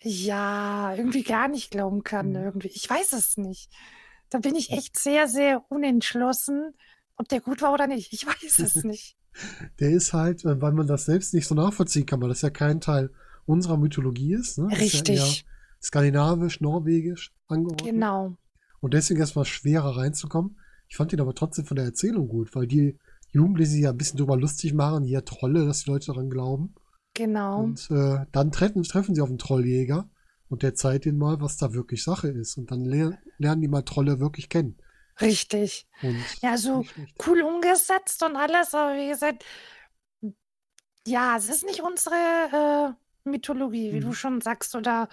S2: ja, irgendwie gar nicht glauben kann.
S1: Mhm.
S2: Irgendwie. Ich weiß es nicht. Da bin ich echt sehr, sehr unentschlossen, ob der gut war oder nicht.
S1: *laughs*
S2: Ich weiß es nicht.
S1: Der ist halt, äh, weil man das selbst nicht so nachvollziehen kann, weil das ja kein Teil unserer Mythologie ist. Ne? Das Ist ja eher
S2: Richtig,
S1: skandinavisch, norwegisch angeordnet.
S2: genau.
S1: Und deswegen erstmal schwerer reinzukommen. Ich fand ihn aber trotzdem von der Erzählung gut, weil die Jugendlichen sich ja ein bisschen drüber lustig machen, hier Trolle, dass die Leute daran glauben.
S2: Genau.
S1: Und äh, dann treffen, treffen sie auf einen Trolljäger und der zeigt ihnen mal, was da wirklich Sache ist. Und dann ler lernen die mal Trolle wirklich kennen.
S2: Richtig.
S1: Und
S2: Ja, so
S1: nicht schlecht.
S2: cool umgesetzt und alles, aber wie gesagt, ja, es ist nicht unsere äh, Mythologie, wie du
S1: Mhm.
S2: schon sagst, oder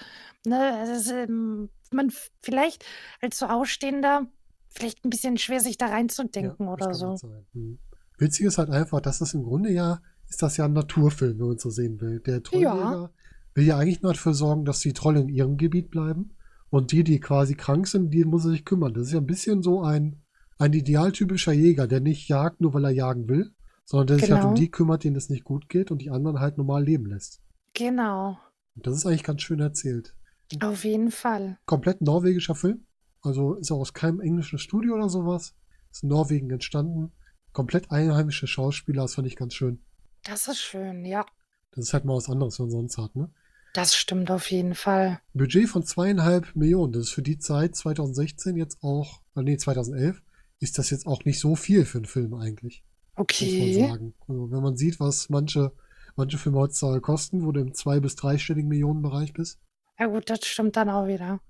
S2: ne, es ist, ähm, man f- vielleicht als so Ausstehender vielleicht ein bisschen schwer, sich da reinzudenken
S1: das
S2: oder
S1: kann
S2: so.
S1: gut sein. Mhm. Witzig ist halt einfach, dass das im Grunde ja, ist das ja ein Naturfilm, wenn man so sehen will. Der Trolljäger will ja eigentlich nur dafür sorgen, dass die Trolle in ihrem Gebiet bleiben. Und die, die quasi krank sind, die muss er sich kümmern. Das ist ja ein bisschen so ein, ein idealtypischer Jäger, der nicht jagt, nur weil er jagen will, sondern der sich halt um
S2: Genau.
S1: die kümmert, denen es nicht gut geht und die anderen halt normal leben lässt.
S2: Genau,
S1: Und das ist eigentlich ganz schön erzählt.
S2: auf jeden Fall.
S1: Komplett norwegischer Film. Also ist er aus keinem englischen Studio oder sowas. Ist in Norwegen entstanden. Komplett einheimische Schauspieler, das fand ich ganz schön.
S2: Das ist schön, ja.
S1: Das ist halt mal was anderes, was man sonst hat, ne?
S2: Das stimmt auf jeden Fall.
S1: Budget von zweieinhalb Millionen. Das ist für die Zeit 2016 jetzt auch, äh, nee, 2011, ist das jetzt auch nicht so viel für einen Film eigentlich, muss man
S2: Okay.
S1: sagen. Also wenn man sieht, was manche, manche Filme heutzutage kosten, wo du im zwei- bis dreistelligen Millionenbereich bist, halt
S2: Ja gut, das stimmt dann auch wieder.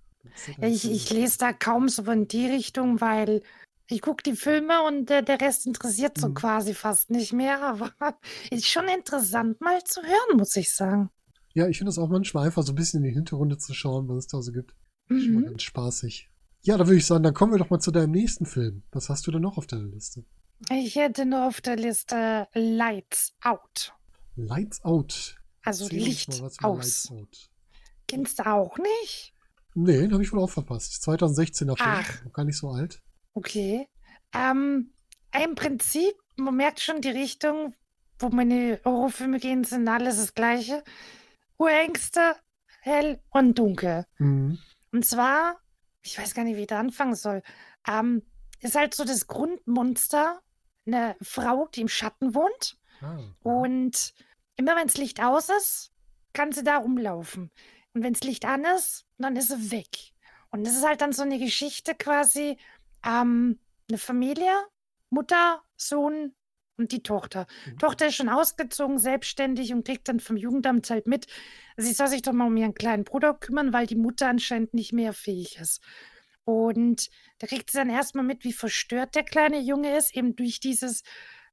S2: Ja, Ich, ich lese da kaum so in die Richtung, weil ich gucke die Filme und äh, der Rest interessiert so
S1: Mhm.
S2: quasi fast nicht mehr. Aber *laughs* ist schon interessant mal zu hören, muss ich sagen.
S1: Ja, ich finde das auch manchmal einfach so ein bisschen in die Hinterrunde zu schauen, was es da so gibt. Schon mal
S2: Mhm.
S1: ganz spaßig. Ja, da würde ich sagen, dann kommen wir doch mal zu deinem nächsten Film. Was hast du denn noch auf deiner Liste?
S2: Ich hätte nur auf der Liste Lights Out.
S1: Lights Out.
S2: Also
S1: Erzähl uns
S2: Licht
S1: mal was über
S2: aus.
S1: Lights Out.
S2: Kennst du auch nicht?
S1: Nee, den habe ich wohl auch verpasst. 2016er Film,
S2: Ach.
S1: noch gar nicht so alt.
S2: Okay. Ähm, Im Prinzip, man merkt schon die Richtung, wo meine Horrorfilme gehen, sind alles das Gleiche. Urängste, hell und dunkel.
S1: Mhm.
S2: Und zwar, ich weiß gar nicht, wie ich da anfangen soll, ähm, ist halt so das Grundmonster, eine Frau, die im Schatten wohnt.
S1: Ah.
S2: Und immer wenn das Licht aus ist, kann sie da rumlaufen. Und wenn das Licht an ist, dann ist sie weg. Und das ist halt dann so eine Geschichte quasi, ähm, eine Familie, Mutter, Sohn und die Tochter.
S1: Mhm.
S2: Tochter ist schon ausgezogen, selbstständig und kriegt dann vom Jugendamt halt mit, sie soll sich doch mal um ihren kleinen Bruder kümmern, weil die Mutter anscheinend nicht mehr fähig ist. Und da kriegt sie dann erstmal mit, wie verstört der kleine Junge ist, eben durch dieses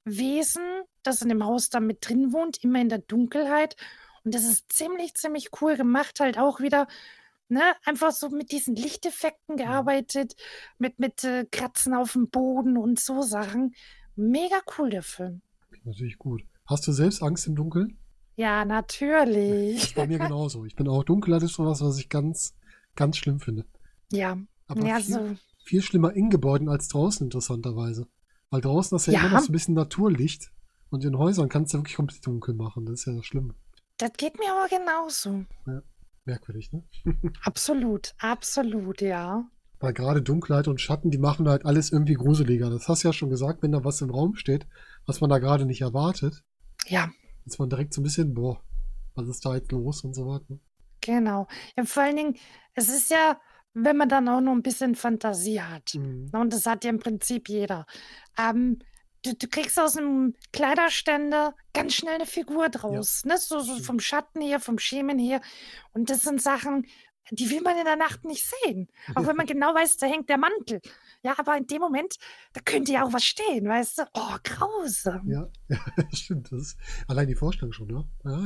S2: Wesen, das in dem Haus da mit drin wohnt, immer in der Dunkelheit. Und das ist ziemlich, ziemlich cool gemacht, halt auch wieder, ne, einfach so mit diesen Lichteffekten gearbeitet, mit, mit äh, Kratzen auf dem Boden und so Sachen. Mega cool, der Film.
S1: Klingt Natürlich gut. Hast du selbst Angst im Dunkeln?
S2: Ja, natürlich.
S1: Ist bei
S2: *laughs*
S1: mir genauso. Ich bin auch dunkel, das ist sowas, was ich ganz, ganz schlimm finde.
S2: Ja,
S1: Aber
S2: ja,
S1: viel,
S2: so.
S1: viel schlimmer in Gebäuden als draußen, interessanterweise. Weil draußen hast du ja,
S2: Ja.
S1: immer noch so ein bisschen Naturlicht. Und in Häusern kannst du wirklich komplett dunkel machen. Das ist ja schlimm.
S2: Das geht mir aber genauso.
S1: Merkwürdig, ne?
S2: Absolut, absolut, ja.
S1: Weil gerade Dunkelheit und Schatten, die machen halt alles irgendwie gruseliger. Das hast du ja schon gesagt, wenn da was im Raum steht, was man da gerade nicht erwartet,
S2: Ja,
S1: ist man direkt so ein bisschen, boah, was ist da jetzt los und so weiter. ne?
S2: genau. Ja, vor allen Dingen, es ist ja, wenn man dann auch noch ein bisschen Fantasie hat.
S1: Mhm.
S2: Na, Ne, Und das hat ja im Prinzip jeder. Ähm, du, du kriegst aus einem Kleiderständer ganz schnell eine Figur draus. Ne? So, so
S1: stimmt.
S2: vom Schatten her, vom Schemen her. Und das sind Sachen, die will man in der Nacht nicht sehen. Auch
S1: *laughs*
S2: wenn man genau weiß, da hängt der Mantel. Ja, aber in dem Moment, da könnte ja auch was stehen, weißt du? Oh, grausam.
S1: *laughs* Ja, stimmt. Das ist allein die Vorstellung schon, ne? Ja, ja,
S2: Genau,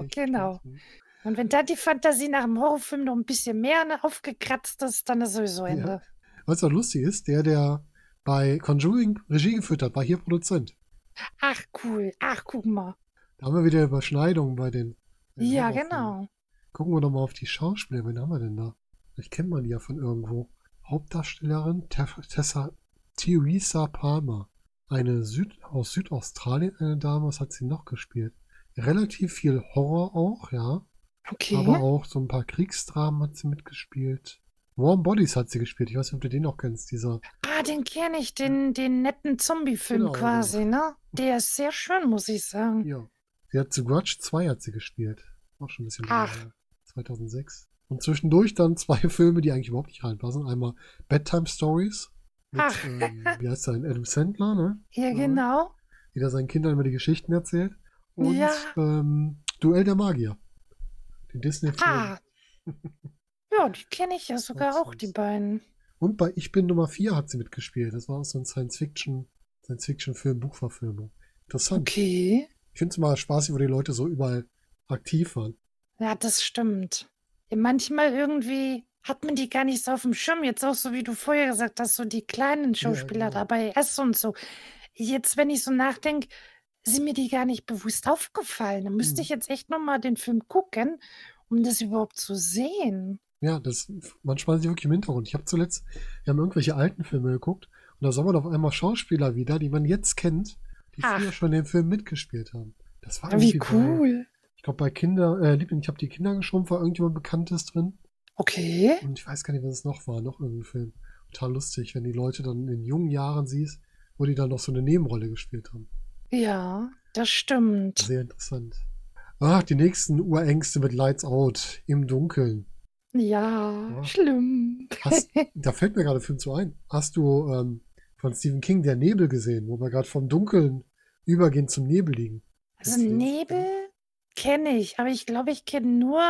S1: verstehe ich,
S2: genau.
S1: verstehe ich.
S2: Und wenn dann die Fantasie nach dem Horrorfilm noch ein bisschen mehr ne, aufgekratzt ist, dann ist sowieso
S1: Ja.
S2: Ende.
S1: Was auch lustig ist, der, der bei Conjuring Regie geführt hat, war hier Produzent.
S2: Ach, cool. Ach, guck mal.
S1: Da haben wir wieder Überschneidungen bei den. den
S2: Ja,
S1: Horrorfilmen.
S2: genau.
S1: Gucken wir doch mal auf die Schauspieler. Wen haben wir denn da? Ich kenne man die ja von irgendwo. Hauptdarstellerin Tef- Tessa Theresa Palmer. Eine Süd aus Südaustralien, eine Dame, was hat sie noch gespielt? Relativ viel Horror auch, ja.
S2: Okay.
S1: Aber auch so ein paar Kriegsdramen hat sie mitgespielt. Warm Bodies hat sie gespielt. Ich weiß nicht, ob du den noch kennst, dieser.
S2: Ah, den kenne ich, den, den netten
S1: Hm.
S2: Zombie-Film
S1: Genau, genau.
S2: quasi, ne? Der ist sehr schön, muss ich sagen.
S1: Ja. Sie hat The Grudge 2 hat sie gespielt. Auch schon ein bisschen länger
S2: Ach.
S1: her. 2006. Und zwischendurch dann zwei *laughs* Filme, die eigentlich überhaupt nicht reinpassen. Einmal Bedtime Stories mit,
S2: Ach.
S1: ähm, wie heißt der, denn? Adam Sandler, ne?
S2: Ja,
S1: Mhm.
S2: genau.
S1: Die da seinen Kindern immer die Geschichten erzählt. Und
S2: Ja.
S1: ähm, Duell der Magier. Den Disney-Film. *laughs*
S2: Ah. Ja, die kenne ich ja sogar
S1: Sonst
S2: auch,
S1: was.
S2: die beiden.
S1: Und bei Ich bin Nummer 4 hat sie mitgespielt. Das war auch so ein Science-Fiction, Science-Fiction-Film, Buchverfilmung. Interessant.
S2: Okay.
S1: Ich finde es immer spaßig, wo die Leute so überall aktiv waren.
S2: Ja, das stimmt. Ja, manchmal irgendwie hat man die gar nicht so auf dem Schirm. Jetzt auch so, wie du vorher gesagt hast, so die
S1: Ja,
S2: kleinen Schauspieler
S1: genau.
S2: da bei S und so. Jetzt, wenn ich so nachdenke, sind mir die gar nicht bewusst aufgefallen. Da müsste
S1: Mhm.
S2: ich jetzt echt nochmal den Film gucken, um das überhaupt zu sehen.
S1: Ja, das manchmal sind die wirklich im Hintergrund. Ich habe zuletzt, wir haben irgendwelche alten Filme geguckt und da sah man auf einmal Schauspieler wieder, die man jetzt kennt, die
S2: Ach.
S1: früher schon den Film mitgespielt haben. Das war
S2: Wie
S1: irgendwie Bei,
S2: cool.
S1: ich glaube bei Kinder, äh, Liebling, ich habe die Kinder geschrumpft, war irgendjemand Bekanntes drin
S2: Okay.
S1: und ich weiß gar nicht, was es noch war, noch irgendein Film. Total lustig, wenn die Leute dann in jungen Jahren siehst, wo die dann noch so eine Nebenrolle gespielt haben.
S2: Ja, das stimmt.
S1: Sehr interessant. Ach, die nächsten Urängste mit Lights Out im Dunkeln.
S2: Ja,
S1: Ja.
S2: schlimm. *laughs*
S1: Hast, da fällt mir gerade ein Film zu ein. Hast du ähm, von Stephen King Der Nebel gesehen, wo wir gerade vom Dunkeln übergehen zum Nebeligen?
S2: Also
S1: Das ist-
S2: Nebel kenne ich, aber ich glaube, ich kenne nur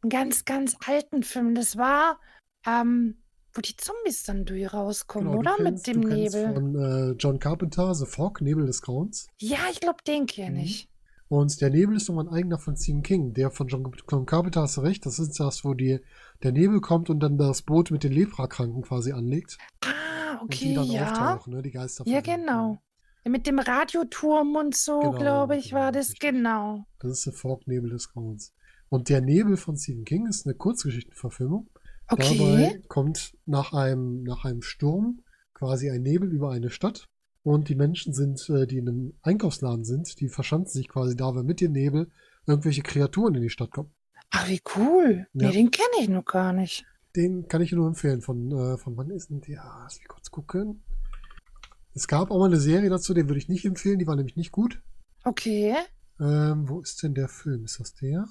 S2: einen ganz, ganz alten Film. Das war ähm, wo die Zombies dann durch rauskommen,
S1: Genau, du
S2: oder?
S1: kennst,
S2: Mit dem
S1: du kennst
S2: Nebel.
S1: von äh, John Carpenter, The Fog, Nebel des Grauens.
S2: Ja, ich glaube, den kenne
S1: Mhm.
S2: ich.
S1: Und der Nebel ist nochmal ein eigener von Stephen King. Der von John John Carpenter hast du recht. Das ist das, wo die, der Nebel kommt und dann das Boot mit den Leprakranken quasi anlegt.
S2: Ah,
S1: Und
S2: okay,
S1: die dann
S2: ja.
S1: auftauchen, ne? die Geister.
S2: Ja,
S1: von denen.
S2: genau. Mit dem Radioturm und so,
S1: Genau,
S2: glaube ich, war
S1: genau,
S2: das
S1: richtig.
S2: genau.
S1: Das ist der Fog, Nebel des Grauens. Und der Nebel von Stephen King ist eine Kurzgeschichtenverfilmung.
S2: Okay.
S1: Dabei kommt nach einem, nach einem Sturm quasi ein Nebel über eine Stadt. Und die Menschen sind, äh, die in einem Einkaufsladen sind, die verschanzen sich quasi da, weil mit dem Nebel irgendwelche Kreaturen in die Stadt kommen.
S2: Ach, Ah, wie cool.
S1: Ja.
S2: Nee, den kenne ich noch gar nicht.
S1: Den kann ich nur empfehlen. Von, äh, von wann ist denn der? Lass mich kurz gucken. Es gab auch mal eine Serie dazu, den würde ich nicht empfehlen, die war nämlich nicht gut.
S2: Okay.
S1: Ähm, wo ist denn der Film? Ist das der?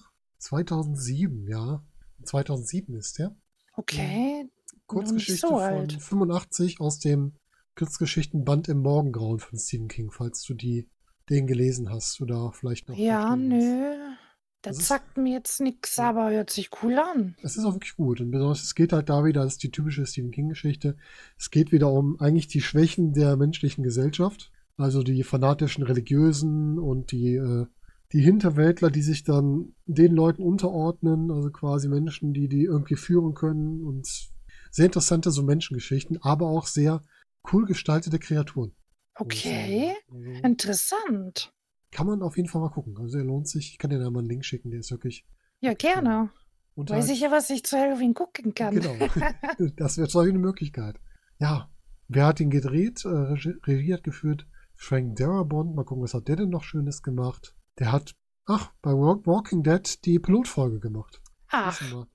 S1: 2007, ja. 2007 ist der.
S2: Okay.
S1: Kurzgeschichte
S2: so
S1: von
S2: alt.
S1: 85 aus dem Kurzgeschichtenband im Morgengrauen von Stephen King, falls du die, den gelesen hast oder vielleicht noch.
S2: Ja,
S1: verstehen hast.
S2: nö.
S1: Das
S2: Das
S1: ist-
S2: sagt mir jetzt nichts,
S1: Ja.
S2: aber hört sich cool an.
S1: Es ist auch wirklich gut. Und besonders, es geht halt da wieder, das ist die typische Stephen King-Geschichte. Es geht wieder um eigentlich die Schwächen der menschlichen Gesellschaft. Also die fanatischen Religiösen und die, äh, die Hinterwäldler, die sich dann den Leuten unterordnen. Also quasi Menschen, die die irgendwie führen können. Und sehr interessante so Menschengeschichten, aber auch sehr cool gestaltete Kreaturen. muss ich
S2: Okay.
S1: sagen. Also,
S2: Interessant.
S1: kann man auf jeden Fall mal gucken. Also er lohnt sich. Ich kann dir da mal einen Link schicken, der ist wirklich.
S2: Ja, gerne.
S1: Und
S2: Weiß
S1: halt-
S2: ich ja, was ich zu Halloween gucken kann.
S1: Genau. *laughs* Das wäre zwar eine Möglichkeit. Ja. Wer hat ihn gedreht? Äh, Regie Regie hat geführt Frank Darabont. Mal gucken, was hat der denn noch Schönes gemacht? Der hat, ach, bei Walk- Walking Dead die Pilotfolge gemacht.
S2: Ach,
S1: Wissen wir.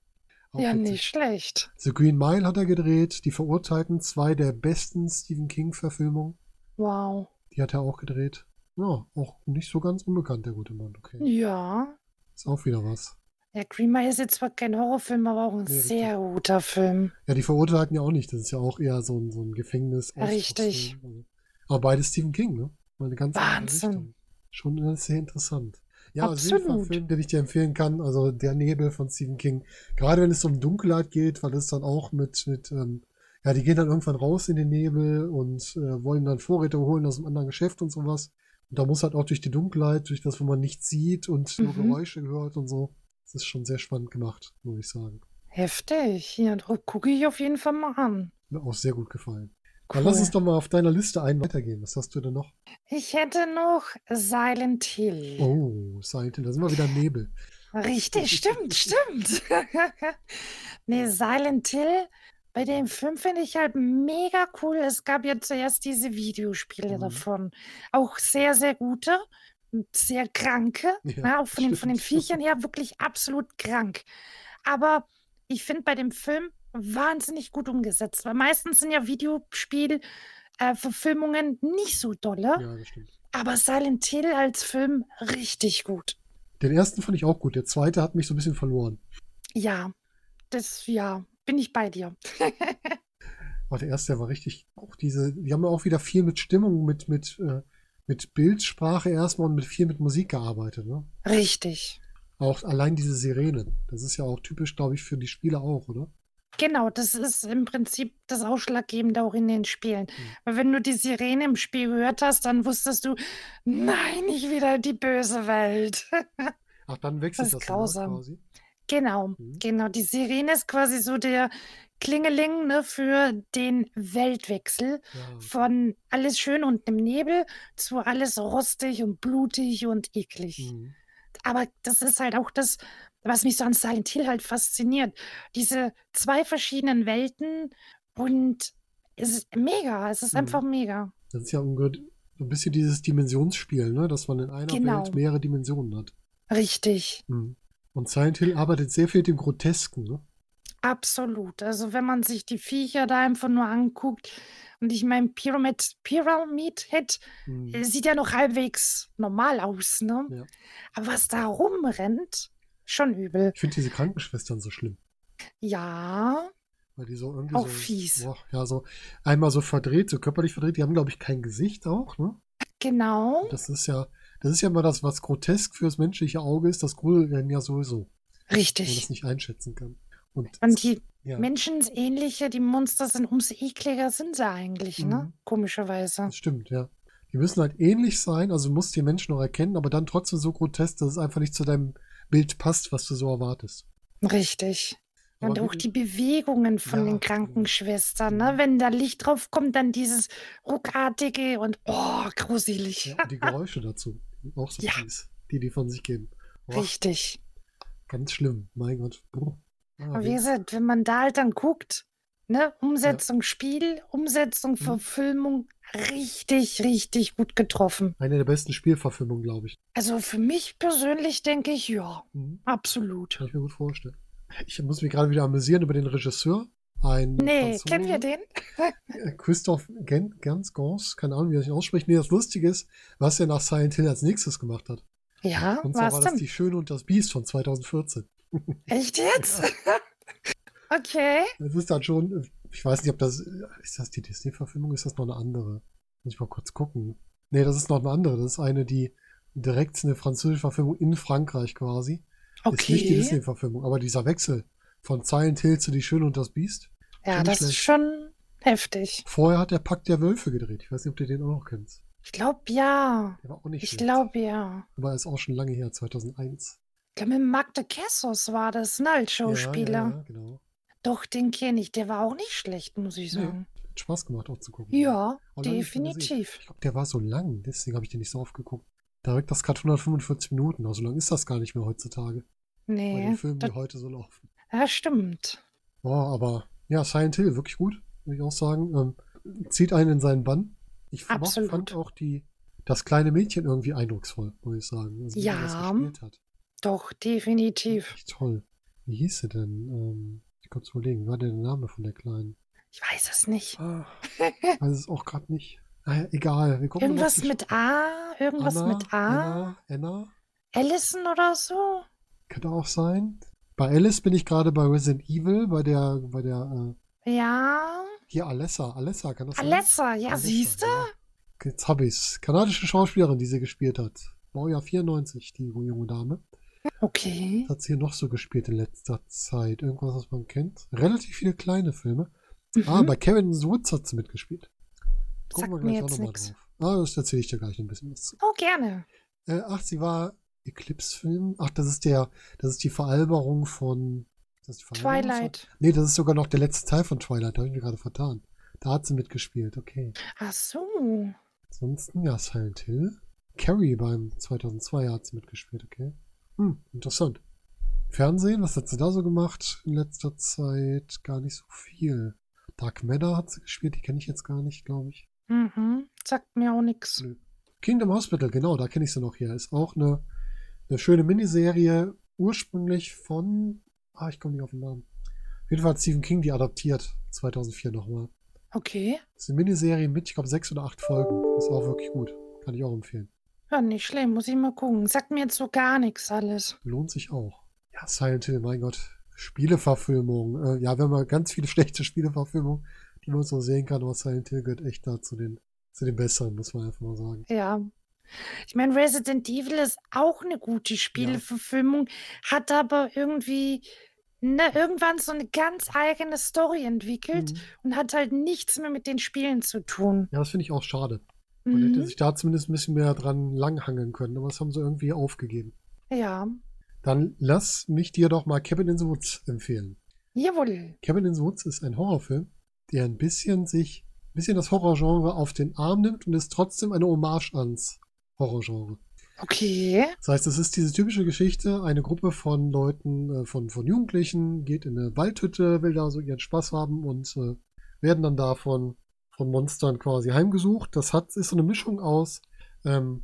S1: Auch
S2: Ah, ja,
S1: witzig.
S2: nicht schlecht.
S1: The Green Mile hat er gedreht. Die Verurteilten, zwei der besten Stephen King-Verfilmungen.
S2: Wow.
S1: Die hat er auch gedreht. Ja, auch nicht so ganz unbekannt, der gute Mann. Okay.
S2: Ja.
S1: Ist auch wieder was.
S2: Der Green Mile ist jetzt zwar kein Horrorfilm, aber auch ein
S1: Nee, richtig.
S2: sehr guter Film.
S1: Ja, die verurteilten ja auch nicht. Das ist ja auch eher so ein, so ein Gefängnis.
S2: Richtig.
S1: Ausflugsfilm. Aber beides Stephen King, ne? Mal eine ganz andere
S2: Wahnsinn.
S1: Richtung. Schon äh, sehr interessant. Ja, also jeden Fall ein
S2: Absolut.
S1: Film, den ich dir empfehlen kann. Also der Nebel von Stephen King. Gerade wenn es um Dunkelheit geht, weil es dann auch mit, mit ähm, ja, die gehen dann irgendwann raus in den Nebel und äh, wollen dann Vorräte holen aus einem anderen Geschäft und sowas. Und da muss halt auch durch die Dunkelheit, durch das, wo man nichts sieht und nur
S2: Mhm.
S1: Geräusche hört und so. Das ist schon sehr spannend gemacht, muss ich sagen.
S2: Heftig. Ja, gucke ich auf jeden Fall mal an.
S1: Mir auch sehr gut gefallen.
S2: Cool.
S1: Dann lass uns doch mal auf deiner Liste ein weitergehen. Was hast du denn noch?
S2: Ich hätte noch Silent Hill.
S1: Oh, Silent Hill. Da sind wir wieder im Nebel.
S2: Richtig, stimmt, stimmt. *laughs* nee, Silent Hill, bei dem Film finde ich halt mega cool. Es gab ja zuerst diese Videospiele
S1: Mhm.
S2: davon. Auch sehr, sehr gute, und sehr kranke.
S1: Ja,
S2: ne, auch von den, von den
S1: stimmt.
S2: Viechern her wirklich absolut krank. Aber ich finde bei dem Film wahnsinnig gut umgesetzt, weil meistens sind ja Videospiel-Verfilmungen nicht so dolle,
S1: Ja, das stimmt.
S2: aber Silent Hill als Film richtig gut.
S1: Den ersten fand ich auch gut. Der zweite hat mich so ein bisschen verloren.
S2: Ja, das, ja, bin ich bei dir.
S1: Aber der erste, der war richtig auch diese. Die haben ja auch wieder viel mit Stimmung, mit, mit, äh, mit Bildsprache erstmal und mit viel mit Musik gearbeitet. Ne?
S2: Richtig.
S1: Auch allein diese Sirenen. Das ist ja auch typisch, glaube ich, für die Spiele auch, oder?
S2: Genau, das ist im Prinzip das Ausschlaggebende auch in den Spielen. Weil wenn du die Sirene im Spiel gehört hast, dann wusstest du, nein, nicht wieder die böse Welt. *laughs*
S1: Ach, dann wechselt
S2: Das
S1: das,
S2: ist
S1: dann, ne,
S2: grausam.
S1: quasi.
S2: Genau,
S1: Mhm.
S2: genau. Die Sirene ist quasi so der Klingeling, ne, für den Weltwechsel
S1: Ja.
S2: von alles schön und im Nebel zu alles rostig und blutig und eklig.
S1: Mhm.
S2: aber das ist halt auch das, was mich so an Silent Hill halt fasziniert. Diese zwei verschiedenen Welten und es ist mega, es ist
S1: Mhm.
S2: einfach mega.
S1: Das ist ja ungefähr so ein bisschen dieses Dimensionsspiel, ne? dass man in einer
S2: Genau.
S1: Welt mehrere Dimensionen hat.
S2: Richtig,
S1: Mhm. Und Silent Hill arbeitet sehr viel mit dem Grotesken. Ne?
S2: absolut. Also wenn man sich die Viecher da einfach nur anguckt und ich meine, Pyramid, Pyramid Head
S1: Mhm.
S2: äh, sieht ja noch halbwegs normal aus, ne?
S1: Ja.
S2: Aber was da rumrennt, schon übel.
S1: Ich finde diese Krankenschwestern so schlimm,
S2: Ja,
S1: weil die so irgendwie
S2: auch
S1: so,
S2: fies.
S1: Boah, ja, so einmal so verdreht, so körperlich verdreht. Die haben, glaube ich, kein Gesicht auch. Ne?
S2: Genau,
S1: Das ist ja, das ist ja immer das, was grotesk fürs menschliche Auge ist. Das Gruseln ja sowieso, wenn man
S2: richtig.
S1: das nicht einschätzen kann. Und
S2: Und je,
S1: Ja.
S2: Menschenähnliche, die Monster sind, umso ekliger sind sie eigentlich, ne?
S1: Mhm.
S2: Komischerweise.
S1: Das stimmt, ja. Die müssen halt ähnlich sein, also du musst die Menschen noch erkennen, aber dann trotzdem so grotesk, dass es einfach nicht zu deinem Bild passt, was du so erwartest.
S2: Richtig.
S1: Aber
S2: Und auch
S1: wie-
S2: die Bewegungen von
S1: Ja,
S2: den Krankenschwestern, ne?
S1: Mhm.
S2: Wenn da Licht drauf kommt, dann dieses ruckartige und oh, gruselig.
S1: Ja, und
S2: *laughs*
S1: die Geräusche dazu, auch so
S2: Ja.
S1: fies, die die von sich geben. Boah,
S2: Richtig.
S1: ganz schlimm, mein Gott. Boah. Ah,
S2: Und wie
S1: wie,
S2: gesagt, wenn man da halt dann guckt, ne? Umsetzung Spiel,
S1: Mhm.
S2: Umsetzung Verfilmung, richtig, richtig gut getroffen.
S1: eine der besten Spielverfilmungen, glaube ich.
S2: Also für mich persönlich denke ich, ja,
S1: Mhm.
S2: absolut.
S1: Kann ich mir gut vorstellen. Ich muss mich gerade wieder amüsieren über den Regisseur. Ein
S2: Nee, kennen wir
S1: Franzose.
S2: den?
S1: Christoph Gen ganz Gans, keine Ahnung, wie er sich ausspricht. Nee, das Lustige ist, was er nach Silent Hill als nächstes gemacht hat.
S2: Ja,
S1: Und zwar
S2: was
S1: war das
S2: denn?
S1: Die Schöne und das Biest von 2014.
S2: Echt jetzt? *laughs* Okay.
S1: Das ist dann schon, äh, ich weiß nicht, ob das, äh, ist das die Disney-Verfilmung, ist das noch eine andere? Muss ich mal kurz gucken. Nee, das ist noch eine andere. Das ist eine, die direkt eine französische Verfilmung in Frankreich quasi. Ist nicht die
S2: Okay.
S1: Disney-Verfilmung, aber dieser Wechsel von Silent Hill zu Die Schöne und das Biest.
S2: Ja,
S1: Schon
S2: das ist
S1: schlecht.
S2: schon heftig.
S1: Vorher hat der Pakt der Wölfe gedreht. Ich weiß nicht, ob du den auch noch kennst.
S2: Ich glaube ja.
S1: Der war auch nicht
S2: Ich
S1: schlecht.
S2: glaube ja.
S1: Aber ist auch schon lange her, 2001.
S2: Ich glaube, mit Marc de Cassos war das, ne, als
S1: Ja,
S2: Schauspieler.
S1: ja, ja, genau.
S2: Doch, den kenne ich. Der war auch nicht schlecht, muss ich
S1: Nee.
S2: sagen.
S1: Hat Spaß gemacht auch zu gucken.
S2: Ja,
S1: Auch lange nicht mehr gesehen.
S2: definitiv.
S1: Ich glaube, der war so lang, deswegen habe ich den nicht so oft geguckt. Da wirkt das gerade 145 Minuten, also so lang ist das gar nicht mehr heutzutage. Bei den
S2: Nee,
S1: Filmen,
S2: das,
S1: die heute so laufen.
S2: ja, stimmt.
S1: Boah, aber ja, Silent Hill, wirklich gut, würde ich auch sagen. Ähm, zieht einen in seinen Bann. Ich fand auch-
S2: Absolut.
S1: fand auch die, das kleine Mädchen irgendwie eindrucksvoll, muss ich sagen. Also, wie
S2: Ja.
S1: sie das gespielt hat.
S2: Doch, definitiv.
S1: Echt toll. Wie hieß sie denn? Ähm, ich kurz überlegen, wie war denn der Name von der Kleinen?
S2: Ich weiß es nicht.
S1: Ah, ich weiß es auch gerade nicht. Naja, egal. Wir gucken
S2: Irgendwas mit A, irgendwas mit A.
S1: Anna, Anna.
S2: Allison oder so?
S1: Könnte auch sein. Bei Alice bin ich gerade bei Resident Evil, bei der, bei der,
S2: Ja.
S1: äh, hier Alessa. Alessa, kann das sein?
S2: Alessa, ja,
S1: Alessa,
S2: siehst du?
S1: ja. Jetzt hab ich's. Kanadische Schauspielerin, die sie gespielt hat. Baujahr 94, die junge Dame.
S2: Okay.
S1: Was hat sie noch so gespielt in letzter Zeit? Irgendwas, was man kennt? Relativ viele kleine Filme.
S2: Mhm.
S1: Ah, bei Kevin Woods hat sie mitgespielt.
S2: Sagt
S1: Gucken wir
S2: mir
S1: gleich auch
S2: jetzt
S1: nochmal
S2: nix.
S1: drauf. Ah, das erzähle ich dir gleich ein bisschen was zu.
S2: Oh, gerne.
S1: Äh, ach, sie war Eclipse-Film. Ach, das ist der, das ist die Veralberung von. Ist das die Veralberung?
S2: Twilight.
S1: Nee, das ist sogar noch der letzte Teil von Twilight, da habe ich mir gerade vertan. Da hat sie mitgespielt, okay.
S2: Ach so.
S1: Ansonsten, ja, Silent Hill. Carrie beim 2002 hat sie mitgespielt, okay. Hm, interessant. Fernsehen, was hat sie da so gemacht in letzter Zeit? Gar nicht so viel. Dark Matter hat sie gespielt, die kenne ich jetzt gar nicht, glaube ich.
S2: Mhm. Sagt mir auch nichts.
S1: Nö. Kingdom Hospital, genau, da kenne ich sie noch hier. Ist auch eine, eine schöne Miniserie, ursprünglich von. Ah, ich komme nicht auf den Namen. Auf jeden Fall hat Stephen King die adaptiert, 2004 nochmal.
S2: Okay.
S1: Ist eine Miniserie mit, ich glaube, sechs oder acht Folgen. Ist auch wirklich gut. Kann ich auch empfehlen.
S2: Ja, nicht schlimm. Muss ich mal gucken. Sagt mir jetzt so gar nichts alles.
S1: Lohnt sich auch. Ja, Silent Hill, mein Gott. Spieleverfilmung. Äh, ja, wir haben ja ganz viele *laughs* schlechte Spieleverfilmungen, die man so sehen kann, aber Silent Hill gehört echt da zu den, zu den besseren, muss man einfach mal sagen.
S2: Ja. Ich meine, Resident Evil ist auch eine gute Spielverfilmung, hat aber irgendwie ne, irgendwann so eine ganz eigene Story entwickelt
S1: Mhm.
S2: und hat halt nichts mehr mit den Spielen zu tun.
S1: Ja, das finde ich auch schade. Man hätte
S2: Mhm.
S1: sich da zumindest ein bisschen mehr dran langhangeln können, aber das haben sie irgendwie aufgegeben.
S2: Ja.
S1: Dann lass mich dir doch mal Cabin in the Woods empfehlen.
S2: Jawohl.
S1: Cabin in the Woods ist ein Horrorfilm, der ein bisschen sich, ein bisschen das Horrorgenre auf den Arm nimmt und ist trotzdem eine Hommage ans Horrorgenre.
S2: Okay.
S1: Das heißt, es ist diese typische Geschichte, eine Gruppe von Leuten, äh, von, von Jugendlichen geht in eine Waldhütte, will da so ihren Spaß haben und äh, werden dann davon von Monstern quasi heimgesucht. Das hat, ist so eine Mischung aus ähm,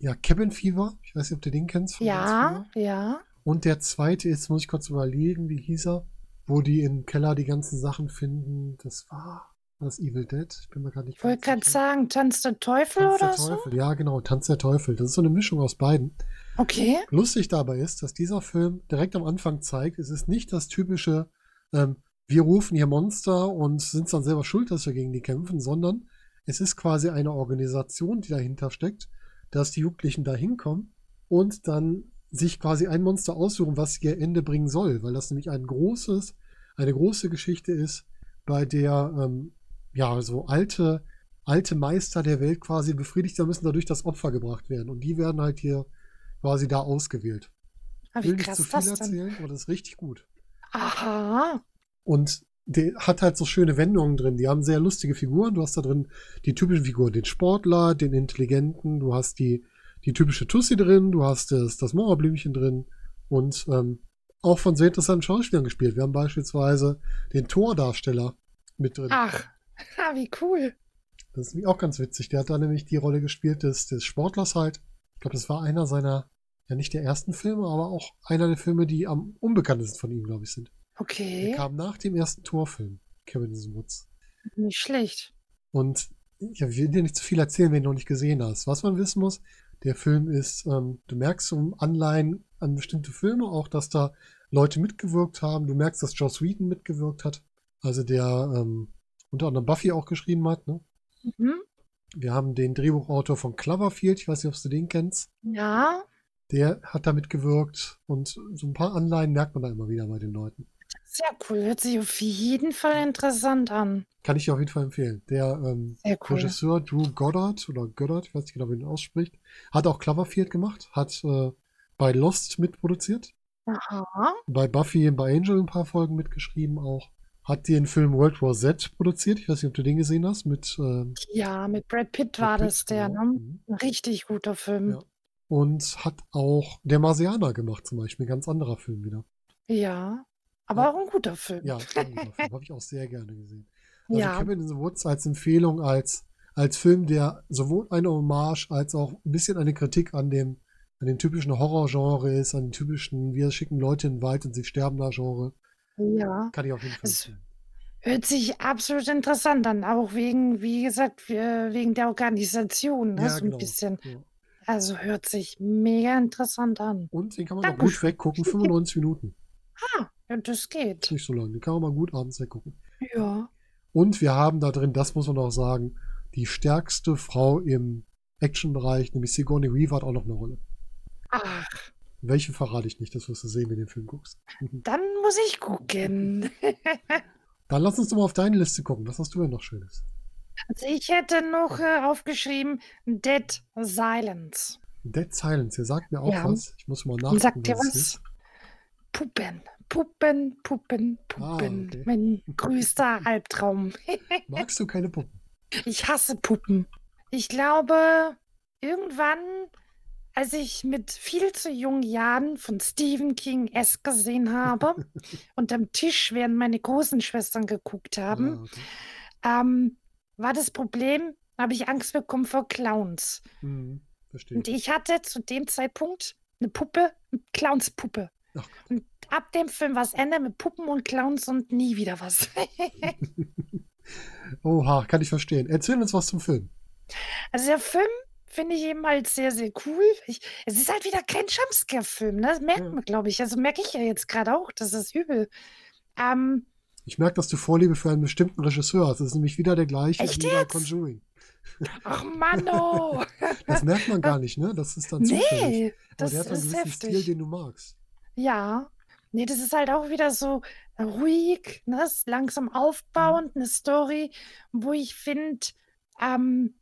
S1: ja, Cabin Fever, ich weiß nicht, ob du den kennst von Cabin
S2: Ja,
S1: Fever.
S2: ja.
S1: Und der zweite ist, muss ich kurz überlegen, wie hieß er, wo die im Keller die ganzen Sachen finden. Das war, war das Evil Dead? Ich bin mir gerade nicht
S2: Ich wollte
S1: ganz
S2: gerade sagen, Tanz der Teufel
S1: Tanz
S2: oder
S1: der
S2: so?
S1: Teufel, ja genau, Tanz der Teufel. Das ist so eine Mischung aus beiden.
S2: Okay.
S1: Lustig dabei ist, dass dieser Film direkt am Anfang zeigt, es ist nicht das typische, ähm, wir rufen hier Monster und sind dann selber schuld, dass wir gegen die kämpfen, sondern es ist quasi eine Organisation, die dahinter steckt, dass die Jugendlichen da hinkommen und dann sich quasi ein Monster aussuchen, was ihr Ende bringen soll, weil das nämlich ein großes, eine große Geschichte ist, bei der ähm, ja so alte, alte Meister der Welt quasi befriedigt werden müssen, dadurch, dass Opfer gebracht werden. Und die werden halt hier quasi da ausgewählt.
S2: Aber
S1: Ich will
S2: Ah, wie
S1: nicht
S2: krass
S1: zu
S2: das
S1: viel
S2: denn?
S1: erzählen, aber das ist richtig gut.
S2: Aha.
S1: Und der hat halt so schöne Wendungen drin. Die haben sehr lustige Figuren. Du hast da drin die typischen Figuren, den Sportler, den Intelligenten, du hast die, die typische Tussi drin, du hast das, das Mauerblümchen drin und ähm, auch von sehr interessanten Schauspielern gespielt. Wir haben beispielsweise den Tordarsteller mit drin.
S2: Ach. Ah, wie cool.
S1: Das ist nämlich auch ganz witzig. Der hat da nämlich die Rolle gespielt des, des Sportlers halt. Ich glaube, das war einer seiner, ja nicht der ersten Filme, aber auch einer der Filme, die am unbekanntesten von ihm, glaube ich, sind. Der
S2: Okay.
S1: kam nach dem ersten Torfilm, Kevin in the Woods.
S2: Nicht schlecht.
S1: Und ja, ich will dir nicht zu viel erzählen, wenn du noch nicht gesehen hast. Was man wissen muss, der Film ist, ähm, du merkst um Anleihen an bestimmte Filme auch, dass da Leute mitgewirkt haben. Du merkst, dass Joss Whedon mitgewirkt hat. Also der ähm, unter anderem Buffy auch geschrieben hat. Ne?
S2: Mhm.
S1: Wir haben den Drehbuchautor von Cloverfield, ich weiß nicht, ob du den kennst.
S2: Ja,
S1: Der hat da mitgewirkt und so ein paar Anleihen merkt man da immer wieder bei den Leuten.
S2: sehr cool. Hört sich auf jeden Fall interessant an.
S1: Kann ich dir auf jeden Fall empfehlen. Der ähm,
S2: Sehr cool.
S1: Regisseur Drew Goddard oder Goddard, ich weiß nicht genau, wie man ihn ausspricht, hat auch Cloverfield gemacht, hat äh, bei Lost mitproduziert,
S2: Aha.
S1: bei Buffy und bei Angel ein paar Folgen mitgeschrieben auch, hat den Film World War Z produziert, ich weiß nicht, ob du den gesehen hast, mit ähm,
S2: Ja, mit Brad Pitt war
S1: Brad Pitt,
S2: das der,
S1: genau.
S2: ne?
S1: Mhm.
S2: Ein richtig guter Film.
S1: und hat auch Der Marsianer gemacht zum Beispiel, ein ganz anderer Film wieder.
S2: Ja. Aber
S1: Ja.
S2: auch ein guter Film.
S1: Ja, ein anderer
S2: *laughs*
S1: Film, habe ich auch sehr gerne gesehen. Also
S2: Ja.
S1: Cabin in the Woods als Empfehlung, als, als Film, der sowohl eine Hommage als auch ein bisschen eine Kritik an dem, an dem typischen Horrorgenre ist, an den typischen, wir schicken Leute in den Wald und sie sterben da Genre.
S2: ja.
S1: Kann ich auf jeden Fall
S2: Es-
S1: empfehlen.
S2: Hört sich absolut interessant an. Auch wegen, wie gesagt, wir- wegen der Organisation, ne?
S1: Ja,
S2: so ein
S1: genau.
S2: bisschen.
S1: Ja.
S2: Also hört sich mega interessant an.
S1: Und den kann man auch
S2: Dankeschön.
S1: gut weggucken,
S2: *laughs*
S1: 95 Minuten.
S2: Ah, ja, das
S1: Ist
S2: geht.
S1: nicht so lang. Den kann man mal gut abends weggucken.
S2: Ja.
S1: Und wir haben da drin, das muss man auch sagen, die stärkste Frau im Actionbereich, nämlich Sigourney Weaver hat auch noch eine Rolle.
S2: Ach,
S1: Welche verrate ich nicht, das wirst du sehen, wenn du den Film guckst.
S2: dann muss ich gucken.
S1: Dann lass uns doch mal auf deine Liste gucken. Was hast du denn noch Schönes?
S2: Also ich hätte noch äh, aufgeschrieben Dead Silence.
S1: Dead Silence, ihr sagt mir auch
S2: Ja.
S1: was. Ich muss mal nachgucken.
S2: Und sagt dir
S1: es
S2: was?
S1: ist.
S2: Puppen, Puppen, Puppen, Puppen.
S1: okay.
S2: Mein größter Albtraum.
S1: Magst du keine Puppen?
S2: Ich hasse Puppen. Ich glaube, irgendwann, als ich mit viel zu jungen Jahren von Stephen King S gesehen habe und am Tisch, während meine großen Schwestern geguckt *laughs* haben,
S1: Ah, okay.
S2: ähm, war das Problem, habe ich Angst bekommen vor Clowns.
S1: Hm, verstehe.
S2: Und ich hatte zu dem Zeitpunkt eine Puppe, eine Clownspuppe.
S1: Ach.
S2: Und ab dem Film war es Ende mit Puppen und Clowns und nie wieder was. *laughs*
S1: Oha, kann ich verstehen. Erzähl uns was zum Film.
S2: Also der Film finde ich eben halt sehr, sehr cool. Ich, es ist halt wieder kein Jumpscare-Film, ne? Das merkt
S1: Ja.
S2: man, glaube ich. Also merke ich ja jetzt gerade auch, das ist übel. Ähm,
S1: Ich merke, dass du Vorliebe für einen bestimmten Regisseur hast. Das ist nämlich wieder der gleiche
S2: Echt
S1: wie bei
S2: jetzt?
S1: Conjuring.
S2: ach Mann, oh.
S1: Das merkt man gar nicht, ne? Das ist dann *laughs* zufällig.
S2: nee,
S1: Aber
S2: das
S1: der hat einen
S2: ist
S1: gewissen
S2: heftig.
S1: Stil, den du magst.
S2: Ja. Nee, das ist halt auch wieder so ruhig, ne? ist langsam
S1: Mhm.
S2: aufbauend, eine Story, wo ich finde, ähm,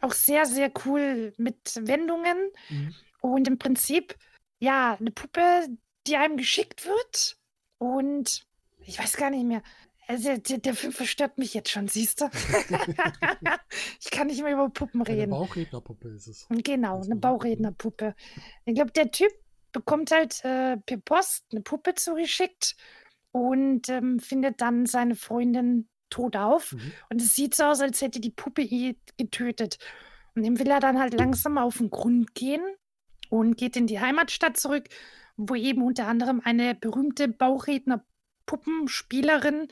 S2: auch sehr, sehr cool mit Wendungen.
S1: Mhm.
S2: Und im Prinzip, ja, eine Puppe, die einem geschickt wird. Und ich weiß gar nicht mehr. Also der, der Film verstört mich jetzt schon,
S1: *laughs*
S2: siehst du? *laughs* Ich kann nicht mehr über Puppen
S1: Eine
S2: reden.
S1: Bauchrednerpuppe ist es.
S2: Genau,
S1: Ganz
S2: eine
S1: genau.
S2: Bauchrednerpuppe. Ich glaube, der Typ bekommt halt äh, per Post eine Puppe zugeschickt und ähm, findet dann seine Freundin tot auf.
S1: Mhm.
S2: Und es sieht so aus, als hätte die Puppe ihn getötet. Und dem will er dann halt langsam auf den Grund gehen und geht in die Heimatstadt zurück, wo eben unter anderem eine berühmte Bauchredner-Puppenspielerin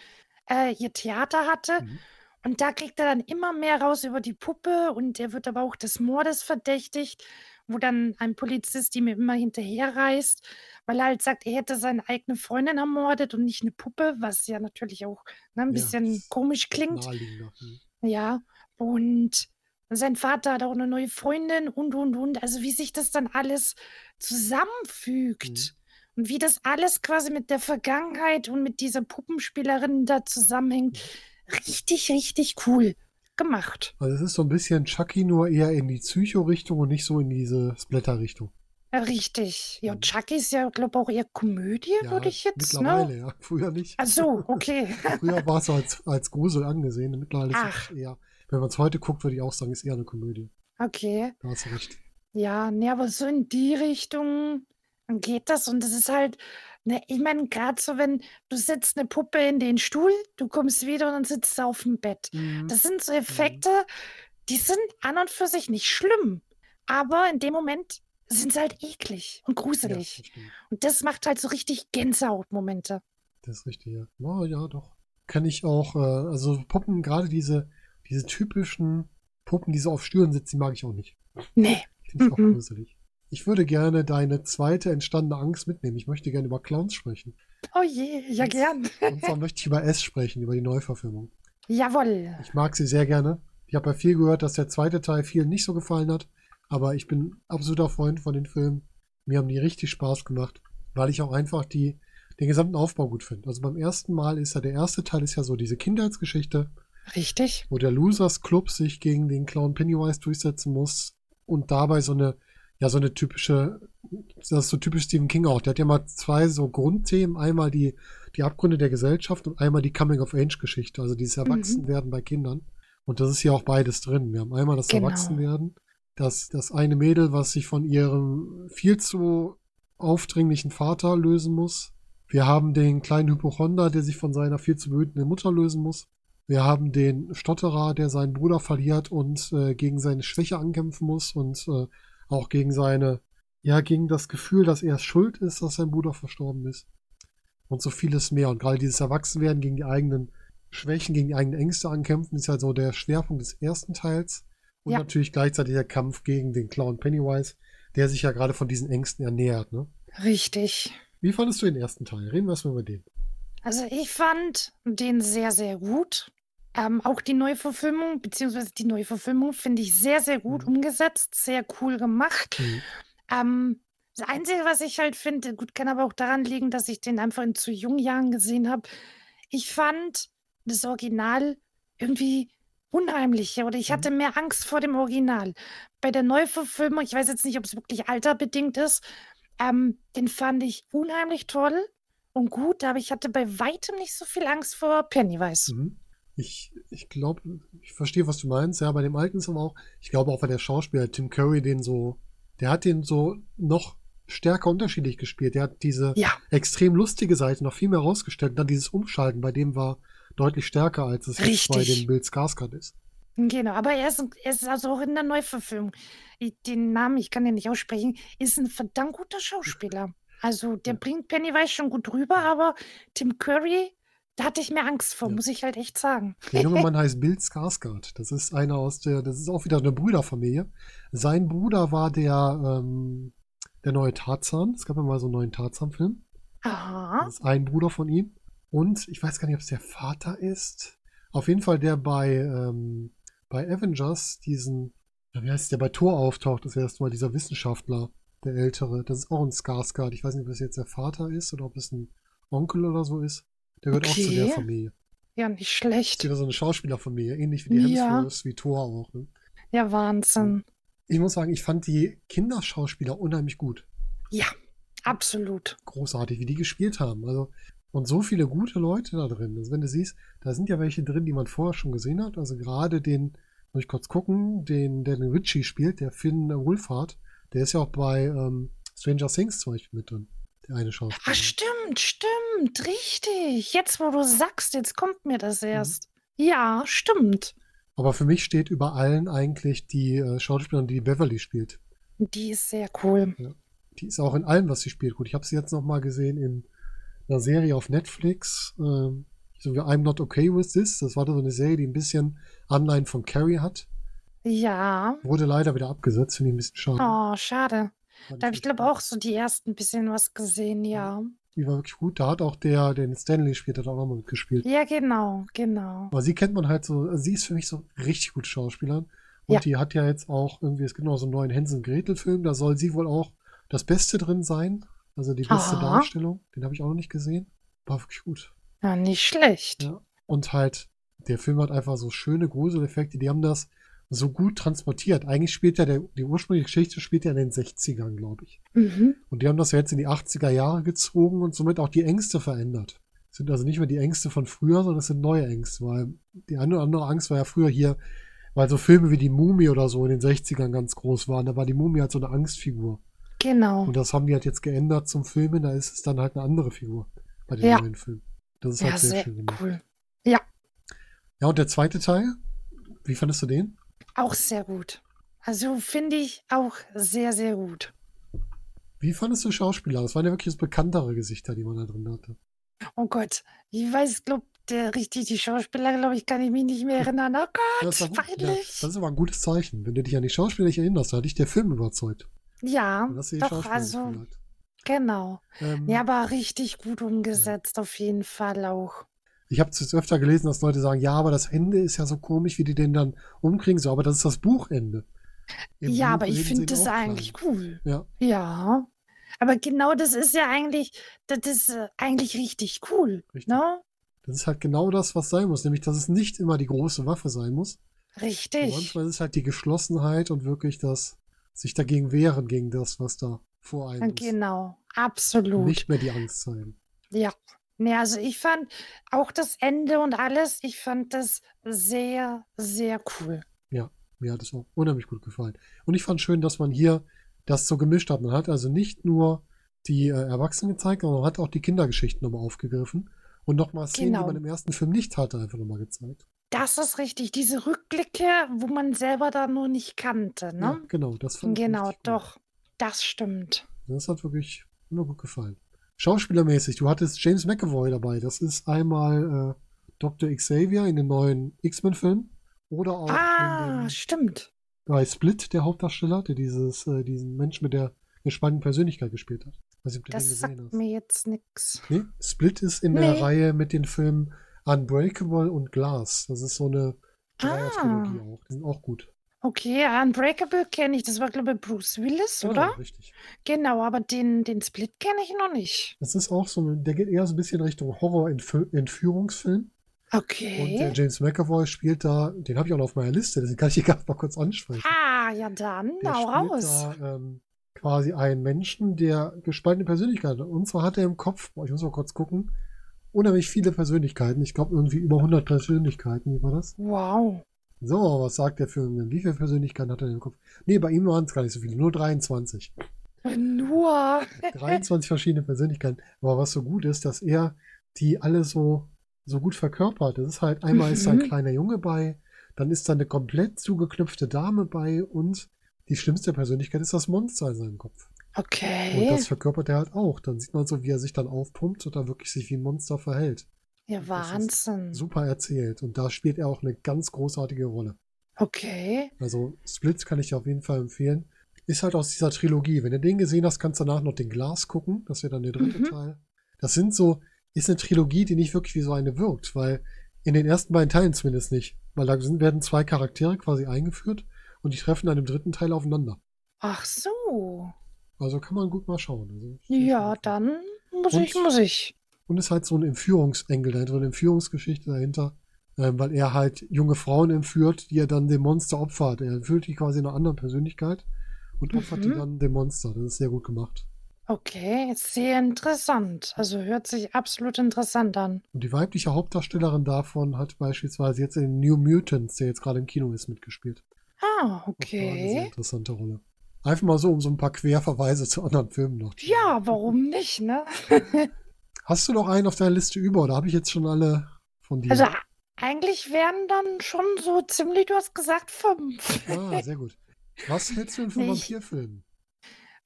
S2: äh, ihr Theater hatte.
S1: Mhm.
S2: Und da kriegt er dann immer mehr raus über die Puppe und er wird aber auch des Mordes verdächtigt, wo dann ein Polizist ihm immer hinterherreist, weil er halt sagt, er hätte seine eigene Freundin ermordet und nicht eine Puppe, was ja natürlich auch ne, ein
S1: Ja,
S2: bisschen
S1: das
S2: komisch klingt.
S1: Naheliegender. Mhm.
S2: Ja, und sein Vater hat auch eine neue Freundin und, und, und. Also wie sich das dann alles zusammenfügt. Und wie das alles quasi mit der Vergangenheit und mit dieser Puppenspielerin da zusammenhängt. Richtig, richtig cool gemacht.
S1: Also es ist so ein bisschen Chucky, nur eher in die Psycho-Richtung und nicht so in diese Splatter-Richtung.
S2: Richtig. Ja, Chucky ist ja, glaube ich, auch eher Komödie, würde ich jetzt,
S1: mittlerweile,
S2: ne?
S1: ja. *laughs* Früher nicht.
S2: Ach so, okay. *laughs*
S1: Früher war es als, als Grusel angesehen. Mittlerweile
S2: Ach.
S1: ist es eher, wenn man es heute guckt, würde ich auch sagen, ist eher eine Komödie.
S2: Okay.
S1: Da hast du recht.
S2: Ja, nee, aber so in die Richtung geht das und das ist halt, ne, ich meine, gerade so, wenn du setzt eine Puppe in den Stuhl, du kommst wieder und dann sitzt sie auf dem Bett.
S1: Mhm.
S2: Das sind so Effekte, die sind an und für sich nicht schlimm, aber in dem Moment sind sie halt eklig und
S1: ja,
S2: gruselig.
S1: das stimmt.
S2: Und das macht halt so richtig Gänsehautmomente.
S1: Das ist richtig, ja. Ja, ja, doch. Kann ich auch, äh, also Puppen, gerade diese, diese typischen Puppen, die so auf Stühlen sitzen, die mag ich auch nicht.
S2: Nee.
S1: Finde ich auch
S2: Mhm.
S1: gruselig. Ich würde gerne deine zweite entstandene Angst mitnehmen. Ich möchte gerne über Clowns sprechen.
S2: Oh je, ja
S1: Das-
S2: gern.
S1: Und
S2: *laughs*
S1: zwar möchte ich über S sprechen, über die Neuverfilmung.
S2: Jawohl.
S1: Ich mag sie sehr gerne. Ich habe ja viel gehört, dass der zweite Teil vielen nicht so gefallen hat. Aber ich bin absoluter Freund von den Filmen. Mir haben die richtig Spaß gemacht, weil ich auch einfach die, den gesamten Aufbau gut finde. Also beim ersten Mal ist ja der erste Teil ist ja so diese Kindheitsgeschichte,
S2: Richtig.
S1: wo der Losers Club sich gegen den Clown Pennywise durchsetzen muss und dabei so eine, ja, so eine typische, das ist so typisch Stephen King auch. Der hat ja mal zwei so Grundthemen. Einmal die, die Abgründe der Gesellschaft und einmal die Coming-of-Age-Geschichte, also dieses Erwachsenwerden bei Kindern. Und das ist ja auch beides drin. Wir haben einmal das
S2: Genau.
S1: Erwachsenwerden, das, das eine Mädel, was sich von ihrem viel zu aufdringlichen Vater lösen muss. Wir haben den kleinen Hypochonder, der sich von seiner viel zu wütenden Mutter lösen muss. Wir haben den Stotterer, der seinen Bruder verliert und äh, gegen seine Schwäche ankämpfen muss und äh, auch gegen seine, ja, gegen das Gefühl, dass er schuld ist, dass sein Bruder verstorben ist. Und so vieles mehr. Und gerade dieses Erwachsenwerden gegen die eigenen Schwächen, gegen die eigenen Ängste ankämpfen, ist ja so der Schwerpunkt des ersten Teils. Und
S2: Ja.
S1: natürlich gleichzeitig der Kampf gegen den Clown Pennywise, der sich ja gerade von diesen Ängsten ernährt. Ne?
S2: Richtig.
S1: Wie fandest du den ersten Teil? Reden wir erstmal über den.
S2: Also ich fand den sehr, sehr gut. Ähm, auch die Neuverfilmung, beziehungsweise die Neuverfilmung finde ich sehr, sehr gut
S1: Mhm.
S2: umgesetzt, sehr cool gemacht.
S1: Mhm.
S2: Ähm, das Einzige, was ich halt finde, gut, kann aber auch daran liegen, dass ich den einfach in zu jungen Jahren gesehen habe. Ich fand das Original irgendwie unheimlicher oder ich
S1: Mhm.
S2: hatte mehr Angst vor dem Original. Bei der Neuverfilmung, ich weiß jetzt nicht, ob es wirklich alterbedingt ist, ähm, den fand ich unheimlich toll und gut, aber ich hatte bei weitem nicht so viel Angst vor Pennywise.
S1: Mhm. Ich, ich glaube, ich verstehe, was du meinst. Ja, bei dem alten ist aber auch, ich glaube auch, weil der Schauspieler Tim Curry den so, der hat den so noch stärker unterschiedlich gespielt. Der hat diese
S2: Ja.
S1: extrem lustige Seite noch viel mehr rausgestellt. Und dann dieses Umschalten bei dem war deutlich stärker, als es jetzt bei
S2: Richtig.
S1: dem Bill Skarsgård ist.
S2: Genau, aber er ist, ein- er ist also auch in der Neuverfilmung. Ich, den Namen, ich kann den nicht aussprechen, ist ein verdammt guter Schauspieler. Also der
S1: Ja.
S2: bringt Pennywise schon gut rüber, aber Tim Curry, da hatte ich mehr Angst vor,
S1: Ja.
S2: muss ich halt echt sagen.
S1: Der junge Mann heißt Bill Skarsgård. Das ist einer aus der, das ist auch wieder eine Brüderfamilie. Sein Bruder war der, ähm, der neue Tarzan. Es gab ja mal so einen neuen Tarzan-Film.
S2: Aha,
S1: Das ist ein Bruder von ihm. Und ich weiß gar nicht, ob es der Vater ist. Auf jeden Fall, der bei, ähm, bei Avengers diesen, ja, wie heißt es, der bei Thor auftaucht, das erste Mal, dieser Wissenschaftler, der Ältere. Das ist auch ein Skarsgård. Ich weiß nicht, ob das jetzt der Vater ist oder ob es ein Onkel oder so ist. Der gehört auch zu der
S2: Okay.
S1: Familie.
S2: ja, nicht
S1: Das ist
S2: schlecht.
S1: wieder so eine Schauspielerfamilie, ähnlich wie die
S2: Ja.
S1: Hemsworths, wie Thor auch. Ne?
S2: Ja, Wahnsinn.
S1: Ich muss sagen, ich fand die Kinderschauspieler unheimlich gut.
S2: Ja, absolut.
S1: großartig, wie die gespielt haben. Also, und so viele gute Leute da drin. Also, wenn du siehst, da sind ja welche drin, die man vorher schon gesehen hat. Also gerade den, muss ich kurz gucken, den, der den Richie spielt, der Finn Wolfhard, der ist ja auch bei ähm, Stranger Things zum Beispiel mit drin. Der eine
S2: Ah,
S1: Schauspieler.
S2: stimmt, stimmt, richtig. Jetzt, wo du sagst, jetzt kommt mir das erst. Ja, stimmt.
S1: Aber für mich steht über allen eigentlich die äh, Schauspielerin, die Beverly spielt.
S2: Die ist sehr cool.
S1: Die ist auch in allem, was sie spielt, gut. Ich habe sie jetzt nochmal gesehen in einer Serie auf Netflix, ähm, so wie I'm Not Okay With This. Das war so eine Serie, die ein bisschen Anleihen von Carrie hat.
S2: Ja.
S1: Wurde leider wieder abgesetzt, finde ich ein bisschen schade.
S2: Oh, schade.
S1: Fand
S2: Da habe ich
S1: echt
S2: glaube auch so die ersten bisschen was gesehen, ja.
S1: gut. Die war wirklich gut. Da hat auch der, den Stanley spielt, hat auch nochmal mitgespielt.
S2: Ja, genau, genau.
S1: Aber sie kennt man halt so, also sie ist für mich so eine richtig gute Schauspielerin. Und
S2: Ja.
S1: die hat ja jetzt auch irgendwie, es gibt noch so einen neuen Hänsel-Gretel-Film, da soll sie wohl auch das Beste drin sein. Also die beste
S2: Aha.
S1: Darstellung, den habe ich auch noch nicht gesehen. War wirklich gut.
S2: Ja, nicht schlecht.
S1: Ja. Und halt, der Film hat einfach so schöne Gruseleffekte, die haben das so gut transportiert. Eigentlich spielt ja der, die ursprüngliche Geschichte spielt ja in den 60ern, glaube ich.
S2: Mhm.
S1: Und die haben das ja jetzt in die 80er Jahre gezogen und somit auch die Ängste verändert. Es sind also nicht mehr die Ängste von früher, sondern es sind neue Ängste, weil die eine oder andere Angst war ja früher hier, weil so Filme wie die Mumie oder so in den 60ern ganz groß waren, da war die Mumie halt so eine Angstfigur.
S2: Genau.
S1: Und das haben die halt jetzt geändert zum Filmen, da ist es dann halt eine andere Figur bei den
S2: Ja.
S1: neuen Filmen. Das ist
S2: Ja,
S1: halt sehr,
S2: sehr
S1: schön gemacht.
S2: cool.
S1: Ja, und der zweite Teil, wie fandest du den?
S2: Auch sehr gut. Also finde ich auch sehr, sehr gut.
S1: Wie fandest du Schauspieler? Das waren ja wirklich bekanntere Gesichter, die man da drin hatte.
S2: Oh Gott, ich weiß, glaub, der richtig, die Schauspieler, glaube ich, kann ich mich nicht
S1: *laughs*
S2: mehr erinnern. Oh
S1: Das,
S2: Gott,
S1: ist aber- ja, das
S2: peinlich.
S1: ist aber ein gutes Zeichen. Wenn du dich an die Schauspieler nicht erinnerst, dann hat dich der Film überzeugt.
S2: Ja,
S1: Und das ist die
S2: doch,
S1: Schauspieler
S2: also,
S1: gefühlt hat.
S2: genau.
S1: halt. ähm,
S2: Ja, aber richtig gut umgesetzt, auf jeden Fall auch.
S1: Ich habe es öfter gelesen, dass Leute sagen, ja, aber das Ende ist ja so komisch, wie die den dann umkriegen. So, aber das ist das Buchende. Im
S2: Ja,
S1: Buch
S2: aber ich
S1: reden sie
S2: finde
S1: ihn
S2: das
S1: auch klein.
S2: eigentlich cool.
S1: Ja.
S2: Ja. Aber genau das ist ja eigentlich, das ist äh, eigentlich richtig cool.
S1: Richtig.
S2: Ne?
S1: Das ist halt genau das, was sein muss. Nämlich, dass es nicht immer die große Waffe sein muss.
S2: Richtig.
S1: Manchmal ist es halt die Geschlossenheit und wirklich das sich dagegen wehren, gegen das, was da vor einem ist.
S2: Genau, absolut.
S1: Nicht mehr die Angst sein.
S2: Ja. Nee, also ich fand auch das Ende und alles, ich fand das sehr, sehr cool.
S1: Mir hat es auch unheimlich gut gefallen. Und ich fand schön, dass man hier das so gemischt hat. Man hat also nicht nur die äh, Erwachsenen gezeigt, sondern man hat auch die Kindergeschichten nochmal aufgegriffen und nochmal Szenen,
S2: Genau.
S1: die man im ersten Film nicht hatte, einfach nochmal gezeigt.
S2: Das ist richtig. Diese Rückblicke, wo man selber da nur nicht kannte,
S1: Ja,
S2: ne?
S1: genau, das fand
S2: Genau,
S1: ich richtig
S2: doch. Das stimmt.
S1: Gut. Das hat wirklich immer gut gefallen. Schauspielermäßig, du hattest James McAvoy dabei. Das ist einmal äh, Dr. Xavier in den neuen X-Men-Film oder auch in
S2: Ah,
S1: dem
S2: stimmt.
S1: bei Split der Hauptdarsteller, der dieses, äh, diesen Menschen mit der, der spannenden Persönlichkeit gespielt hat. Weiß nicht, ob du den
S2: Das
S1: gesehen
S2: sagt
S1: hast.
S2: mir jetzt nichts.
S1: Nee, Split ist in der
S2: Nee.
S1: Reihe mit den Filmen Unbreakable und Glass. Das ist so eine
S2: Ah.
S1: Dreier-Trilogie auch. Die sind auch gut.
S2: Okay, Unbreakable kenne ich. Das war, glaube ich, Bruce Willis,
S1: Genau,
S2: oder?
S1: richtig.
S2: Genau, aber den, den Split kenne ich noch nicht.
S1: Das ist auch so, eine- der geht eher so ein bisschen Richtung Horror-Entführungsfilm. Und der
S2: Okay.
S1: James McAvoy spielt da, den habe ich auch noch auf meiner Liste, deswegen kann ich hier *laughs* gerade mal kurz ansprechen.
S2: Ah, ja dann,
S1: Der
S2: hau
S1: spielt
S2: raus.
S1: da ähm, quasi einen Menschen, der gespaltene Persönlichkeit hat. Und zwar hat er im Kopf, boah, ich muss mal kurz gucken, unheimlich viele Persönlichkeiten. Ich glaube, irgendwie über 100 Persönlichkeiten, wie war das?
S2: Wow.
S1: So, was sagt der Film denn? Wie viele Persönlichkeiten hat er denn im Kopf? Nee, bei ihm waren es gar nicht so viele, nur 23.
S2: Nur.
S1: 23 verschiedene Persönlichkeiten. Aber was so gut ist, dass er die alle so, so gut verkörpert. Das ist halt, einmal ist da ein
S2: Mhm.
S1: kleiner Junge bei, dann ist da eine komplett zugeknüpfte Dame bei und die schlimmste Persönlichkeit ist das Monster in seinem Kopf. Und
S2: Okay.
S1: das verkörpert er halt auch. Dann sieht man so, wie er sich dann aufpumpt und dann wirklich sich wie ein Monster verhält.
S2: Ja,
S1: das ist
S2: Wahnsinn.
S1: Super erzählt. Und da spielt er auch eine ganz großartige Rolle.
S2: Okay.
S1: Also Splits kann ich dir auf jeden Fall empfehlen. Ist halt aus dieser Trilogie. Wenn du den gesehen hast, kannst du danach noch den Glas gucken. Das wäre dann der dritte
S2: Mhm.
S1: Teil. Das sind so, ist eine Trilogie, die nicht wirklich wie so eine wirkt, weil in den ersten beiden Teilen zumindest nicht. Weil da sind, werden zwei Charaktere quasi eingeführt und die treffen dann im dritten Teil aufeinander.
S2: Ach so.
S1: Also kann man gut mal schauen. Also,
S2: Ja, dann muss ich,
S1: Und?
S2: muss ich.
S1: Und ist halt so ein Entführungsengel dahinter, eine Entführungsgeschichte dahinter, ähm, weil er halt junge Frauen entführt, die er dann dem Monster opfert. Er entführt die quasi einer anderen Persönlichkeit und opfert die
S2: Mhm.
S1: dann dem Monster. Das ist sehr gut gemacht.
S2: Okay, sehr interessant. Also hört sich absolut interessant an.
S1: Und die weibliche Hauptdarstellerin davon hat beispielsweise jetzt in New Mutants, der jetzt gerade im Kino ist, mitgespielt.
S2: Ah,
S1: Das war eine sehr
S2: okay.
S1: interessante Rolle. Einfach mal so, um so ein paar Querverweise *laughs* zu anderen Filmen noch. zu machen.
S2: Ja, warum nicht, ne?
S1: Hast du noch einen auf deiner Liste über oder habe ich jetzt schon alle von dir?
S2: Also a- eigentlich wären dann schon so ziemlich, du hast gesagt, fünf.
S1: ah, sehr gut. Was hältst du denn von
S2: *laughs* Nee, ich-
S1: Vampirfilmen?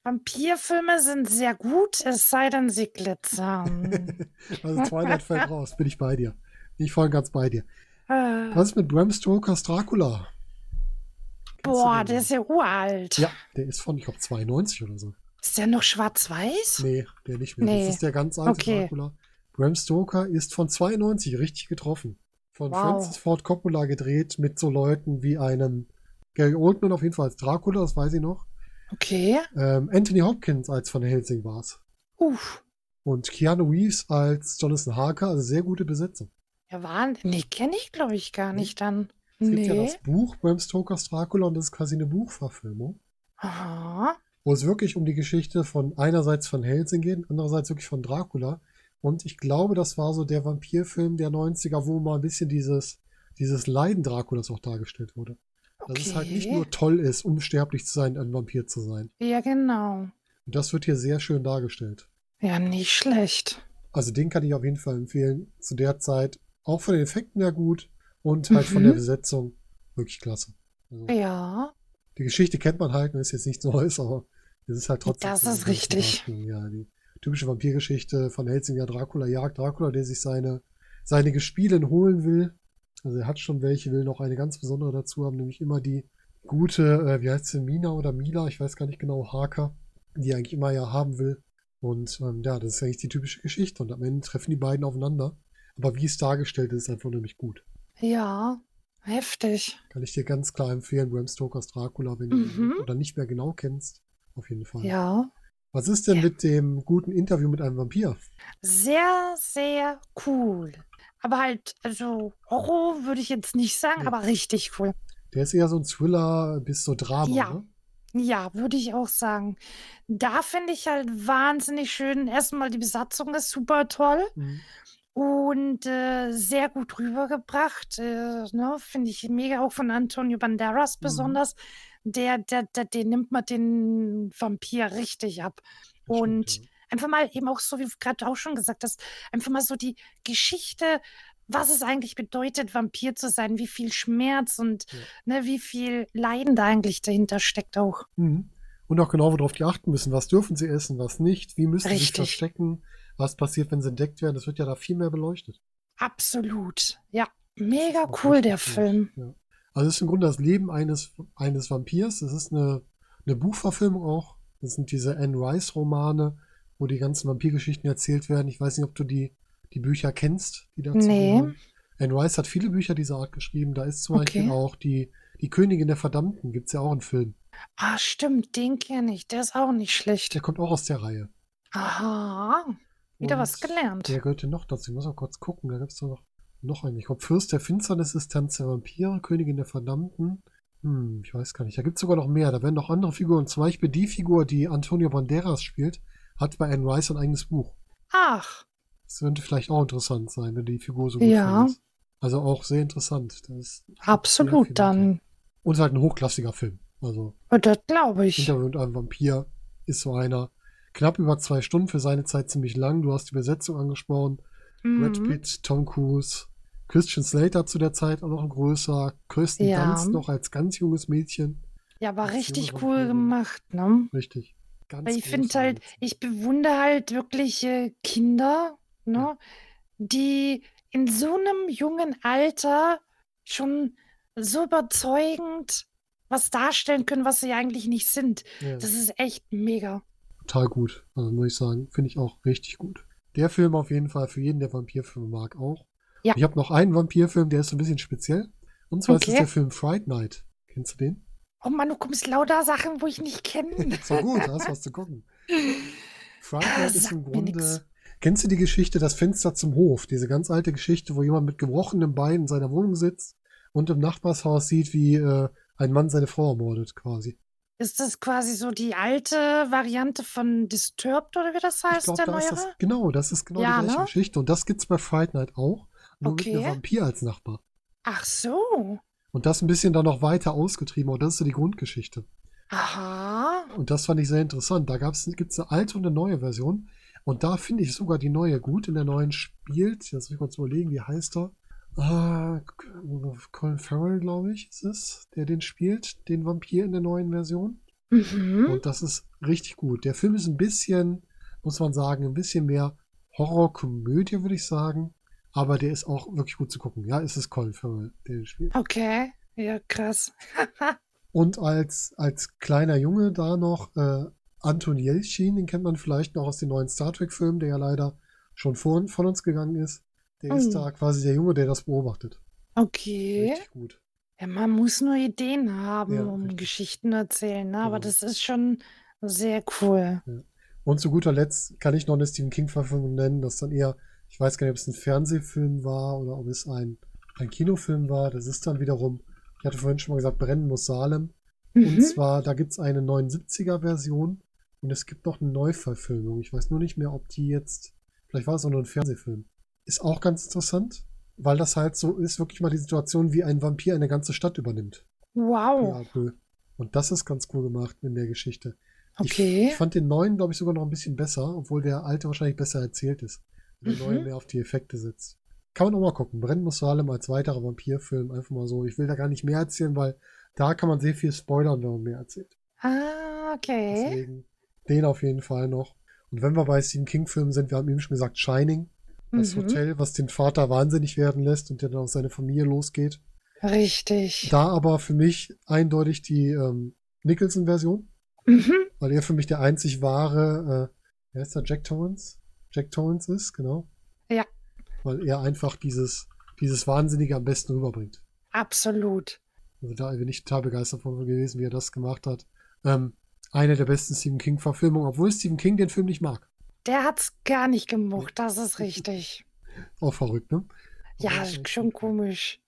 S2: Vampirfilme sind sehr gut, es sei denn, sie glitzern.
S1: *laughs* Also Twilight
S2: *laughs*
S1: fällt raus, bin ich bei dir. Bin ich voll und ganz bei dir.
S2: äh,
S1: Was ist mit Bram Stokers Dracula? Kennst du
S2: boah,
S1: den
S2: der
S1: noch?
S2: ist ja uralt.
S1: Ja, der ist von, ich glaube, 92 oder so.
S2: Ist der noch schwarz-weiß?
S1: Nee, der nicht mehr.
S2: Nee.
S1: Das ist der ganz alte
S2: Okay.
S1: Dracula. Bram Stoker ist von 92 richtig getroffen. Von
S2: Wow.
S1: Francis Ford Coppola gedreht mit so Leuten wie einem Gary Oldman auf jeden Fall als Dracula, das weiß ich noch.
S2: Okay.
S1: Ähm, Anthony Hopkins als von Helsing war's.
S2: Uff.
S1: Und Keanu Reeves als Jonathan Harker, also sehr gute Besetzung.
S2: Ja, Wahnsinn. Nee, kenne ich, glaube ich, gar
S1: Nee.
S2: nicht dann.
S1: Es gibt ja
S2: Nee.
S1: das Buch Bram Stokers Dracula und das ist quasi eine Buchverfilmung,
S2: Aha.
S1: wo es wirklich um die Geschichte von einerseits von Helsing geht, andererseits wirklich von Dracula. Und ich glaube, das war so der Vampirfilm der 90er, wo mal ein bisschen dieses, dieses Leiden Draculas auch dargestellt wurde.
S2: Okay.
S1: Dass es halt nicht nur toll ist, unsterblich zu sein, ein Vampir zu sein.
S2: Ja, genau.
S1: Und das wird hier sehr schön dargestellt.
S2: Ja, nicht schlecht.
S1: Also den kann ich auf jeden Fall empfehlen. Zu der Zeit auch von den Effekten her gut und halt von
S2: Mhm.
S1: der Besetzung wirklich klasse. Also,
S2: Ja.
S1: Die Geschichte kennt man halt und ist jetzt nichts Neues, aber es ist halt trotzdem.
S2: Das
S1: so ein
S2: ist
S1: bisschen
S2: richtig.
S1: Drachen, Ja, die typische Vampirgeschichte von Helsinger Dracula jagt Dracula, der sich seine, seine Gespielin holen will. Also er hat schon welche, will noch eine ganz besondere dazu haben, nämlich immer die gute, äh, wie heißt sie, Mina oder Mila, ich weiß gar nicht genau, Harker, die er eigentlich immer ja haben will. Und ähm, ja, das ist eigentlich die typische Geschichte. Und am Ende treffen die beiden aufeinander. Aber wie es dargestellt ist, ist einfach nämlich gut.
S2: Ja. Heftig.
S1: Kann ich dir ganz klar empfehlen, Bram Stokers Dracula, wenn
S2: Mhm.
S1: du ihn oder nicht mehr genau kennst. Auf jeden Fall.
S2: Ja.
S1: Was ist denn mit dem guten Interview mit einem Vampir?
S2: Sehr, sehr cool. Aber halt, also Horror würde ich jetzt nicht sagen,
S1: Nee.
S2: aber richtig cool.
S1: Der ist eher so ein Thriller bis so Drama,
S2: Ja.
S1: ne?
S2: Ja, würde ich auch sagen. Da finde ich halt wahnsinnig schön. Erstmal die Besatzung ist super toll
S1: Mhm.
S2: und äh, sehr gut rübergebracht. Äh, ne? Finde ich mega auch von Antonio Banderas
S1: Mhm.
S2: besonders. Der, der, der, den nimmt man den Vampir richtig ab.
S1: Das stimmt,
S2: Und
S1: ja.
S2: einfach mal eben auch so, wie du gerade auch schon gesagt hast, einfach mal so die Geschichte, was es eigentlich bedeutet, Vampir zu sein, wie viel Schmerz und
S1: Ja.
S2: ne, wie viel Leiden da eigentlich dahinter steckt auch.
S1: Mhm. Und auch genau, worauf die achten müssen. Was dürfen sie essen, was nicht? Wie müssen sie sich
S2: Richtig.
S1: verstecken? Was passiert, wenn sie entdeckt werden? Das wird ja da viel mehr beleuchtet.
S2: Absolut. Ja, mega
S1: Auch
S2: cool
S1: richtig
S2: der
S1: cool.
S2: Film.
S1: Also es ist im Grunde das Leben eines, eines Vampirs. Es ist eine, eine Buchverfilmung auch. Das sind diese Anne Rice-Romane, wo die ganzen Vampirgeschichten erzählt werden. Ich weiß nicht, ob du die, die Bücher kennst, die dazu
S2: Nee.
S1: gehören. Anne Rice hat viele Bücher dieser Art geschrieben. Da ist zum
S2: Okay.
S1: Beispiel auch die, die Königin der Verdammten, gibt es ja auch einen Film.
S2: Ah, stimmt, den kenne ich. Der ist auch nicht schlecht.
S1: Der kommt auch aus der Reihe.
S2: Aha, wieder was
S1: Und
S2: gelernt.
S1: Der gehörte noch dazu. Ich muss mal kurz gucken. Da gibt es noch, noch einen. Ich glaube, Fürst der Finsternis ist Tanz der Vampire, Königin der Verdammten. Hm, ich weiß gar nicht. Da gibt es sogar noch mehr. Da werden noch andere Figuren. Zum Beispiel die Figur, die Antonio Banderas spielt, hat bei Anne Rice ein eigenes Buch.
S2: Ach,
S1: Das könnte vielleicht auch interessant sein, wenn du die Figur so
S2: Ja.
S1: findest. Also auch sehr interessant. Das ist
S2: absolut dann.
S1: Und halt ein hochklassiger Film. Also
S2: Und Das glaube ich.
S1: Interview mit einem Vampir ist so einer. Knapp über zwei Stunden für seine Zeit ziemlich lang. Du hast die Besetzung angesprochen. Brad
S2: Mhm.
S1: Pitt, Tom Cruise, Christian Slater zu der Zeit auch noch ein größer, Kirsten
S2: Ja.
S1: Dunst noch als ganz junges Mädchen.
S2: Ja, war
S1: als junge
S2: richtig cool
S1: Vampirin.
S2: gemacht, ne?
S1: Richtig. Ganz
S2: Weil ich finde
S1: große
S2: halt,
S1: Besetzung.
S2: ich bewundere halt wirklich äh, Kinder, ne, die in so einem jungen Alter schon so überzeugend was darstellen können, was sie eigentlich nicht sind.
S1: ja,
S2: Das ist echt mega.
S1: total gut, also muss ich sagen. Finde ich auch richtig gut. Der Film auf jeden Fall für jeden, der Vampirfilme mag, auch.
S2: Ja.
S1: Ich habe noch einen Vampirfilm, der ist so ein bisschen speziell. Und zwar ist es
S2: Okay.
S1: der Film Fright Night. Kennst du den?
S2: Oh Mann, du kommst lauter Sachen, wo ich
S1: *laughs*
S2: nicht kenne.
S1: So gut, da hast du was zu gucken. Fright
S2: Ah,
S1: Night ist
S2: sagt
S1: im
S2: mir
S1: Grunde.
S2: nix.
S1: Kennst du die Geschichte Das Fenster zum Hof? Diese ganz alte Geschichte, wo jemand mit gebrochenem Bein in seiner Wohnung sitzt und im Nachbarshaus sieht, wie äh, ein Mann seine Frau ermordet, quasi.
S2: Ist das quasi so die alte Variante von Disturbed oder wie das
S1: Ich
S2: heißt,
S1: glaube,
S2: Ah, der
S1: da ist das.
S2: neuere?
S1: Genau, das ist genau
S2: Ja,
S1: die gleiche
S2: ne?
S1: Geschichte. Und das gibt's bei Fright Night auch. Nur mit einem
S2: Okay.
S1: Vampir als Nachbar.
S2: Ach so.
S1: Und das ein bisschen dann noch weiter ausgetrieben, aber das ist so die Grundgeschichte.
S2: Aha.
S1: Und das fand ich sehr interessant. Da gibt es eine alte und eine neue Version. Und da finde ich sogar die neue gut. In der neuen spielt, jetzt muss ich kurz überlegen, wie heißt er? Ah, Colin Farrell, glaube ich, ist es, der den spielt, den Vampir in der neuen Version.
S2: Mhm.
S1: Und das ist richtig gut. Der Film ist ein bisschen, muss man sagen, ein bisschen mehr Horrorkomödie, würde ich sagen. Aber der ist auch wirklich gut zu gucken. Ja, es ist Colin Farrell, der den spielt.
S2: Okay. Ja, krass.
S1: Und als, als kleiner Junge da noch äh, Anton Yelchin, den kennt man vielleicht noch aus den neuen Star Trek-Filmen, der ja leider schon vor, von uns gegangen ist. Der
S2: Mhm.
S1: ist da quasi der Junge, der das beobachtet.
S2: Okay.
S1: Richtig gut.
S2: Ja, man muss nur Ideen haben,
S1: Ja,
S2: um
S1: richtig.
S2: Geschichten zu erzählen, ne? aber
S1: Genau.
S2: das ist schon sehr cool.
S1: Und zu guter Letzt kann ich noch eine Stephen King-Verfilmung nennen, das dann eher, ich weiß gar nicht, ob es ein Fernsehfilm war oder ob es ein, ein Kinofilm war. Das ist dann wiederum, ich hatte vorhin schon mal gesagt, Brennen muss Salem. Mhm. Und zwar, da gibt es eine 79er-Version und es gibt noch eine Neuverfilmung. Ich weiß nur nicht mehr, ob die jetzt, vielleicht war es auch nur ein Fernsehfilm. Ist auch ganz interessant, weil das halt so ist, wirklich mal die Situation, wie ein Vampir eine ganze Stadt übernimmt.
S2: Wow.
S1: Ja, und das ist ganz cool gemacht in der Geschichte.
S2: Okay.
S1: Ich, ich, fand den neuen, glaube ich, sogar noch ein bisschen besser, obwohl der alte wahrscheinlich besser erzählt ist. Der mhm. neue mehr auf die Effekte sitzt. Kann man auch mal gucken. Brennen muss Salem als weiterer Vampirfilm einfach mal so. Ich will da gar nicht mehr erzählen, weil da kann man sehr viel spoilern, wenn man mehr erzählt.
S2: Ah, okay.
S1: Deswegen den auf jeden Fall noch. Und wenn wir bei Stephen King-Filmen sind, wir haben eben schon gesagt Shining. Das mhm. Hotel, was den Vater wahnsinnig werden lässt und der dann auf seine Familie losgeht.
S2: Richtig.
S1: Da aber für mich eindeutig die ähm, Nicholson-Version.
S2: Mhm.
S1: Weil er für mich der einzig wahre, äh, wer ist da, Jack Torrance? Jack Torrance ist, genau.
S2: Ja.
S1: Weil er einfach dieses, dieses Wahnsinnige am besten rüberbringt.
S2: Absolut.
S1: Also da bin ich total begeistert von gewesen, wie er das gemacht hat. Ähm, eine der besten Stephen King-Verfilmungen, obwohl Stephen King den Film nicht mag.
S2: Der hat's gar nicht gemocht,
S1: *laughs*
S2: das ist richtig.
S1: Auch verrückt, ne?
S2: Ja, schon komisch.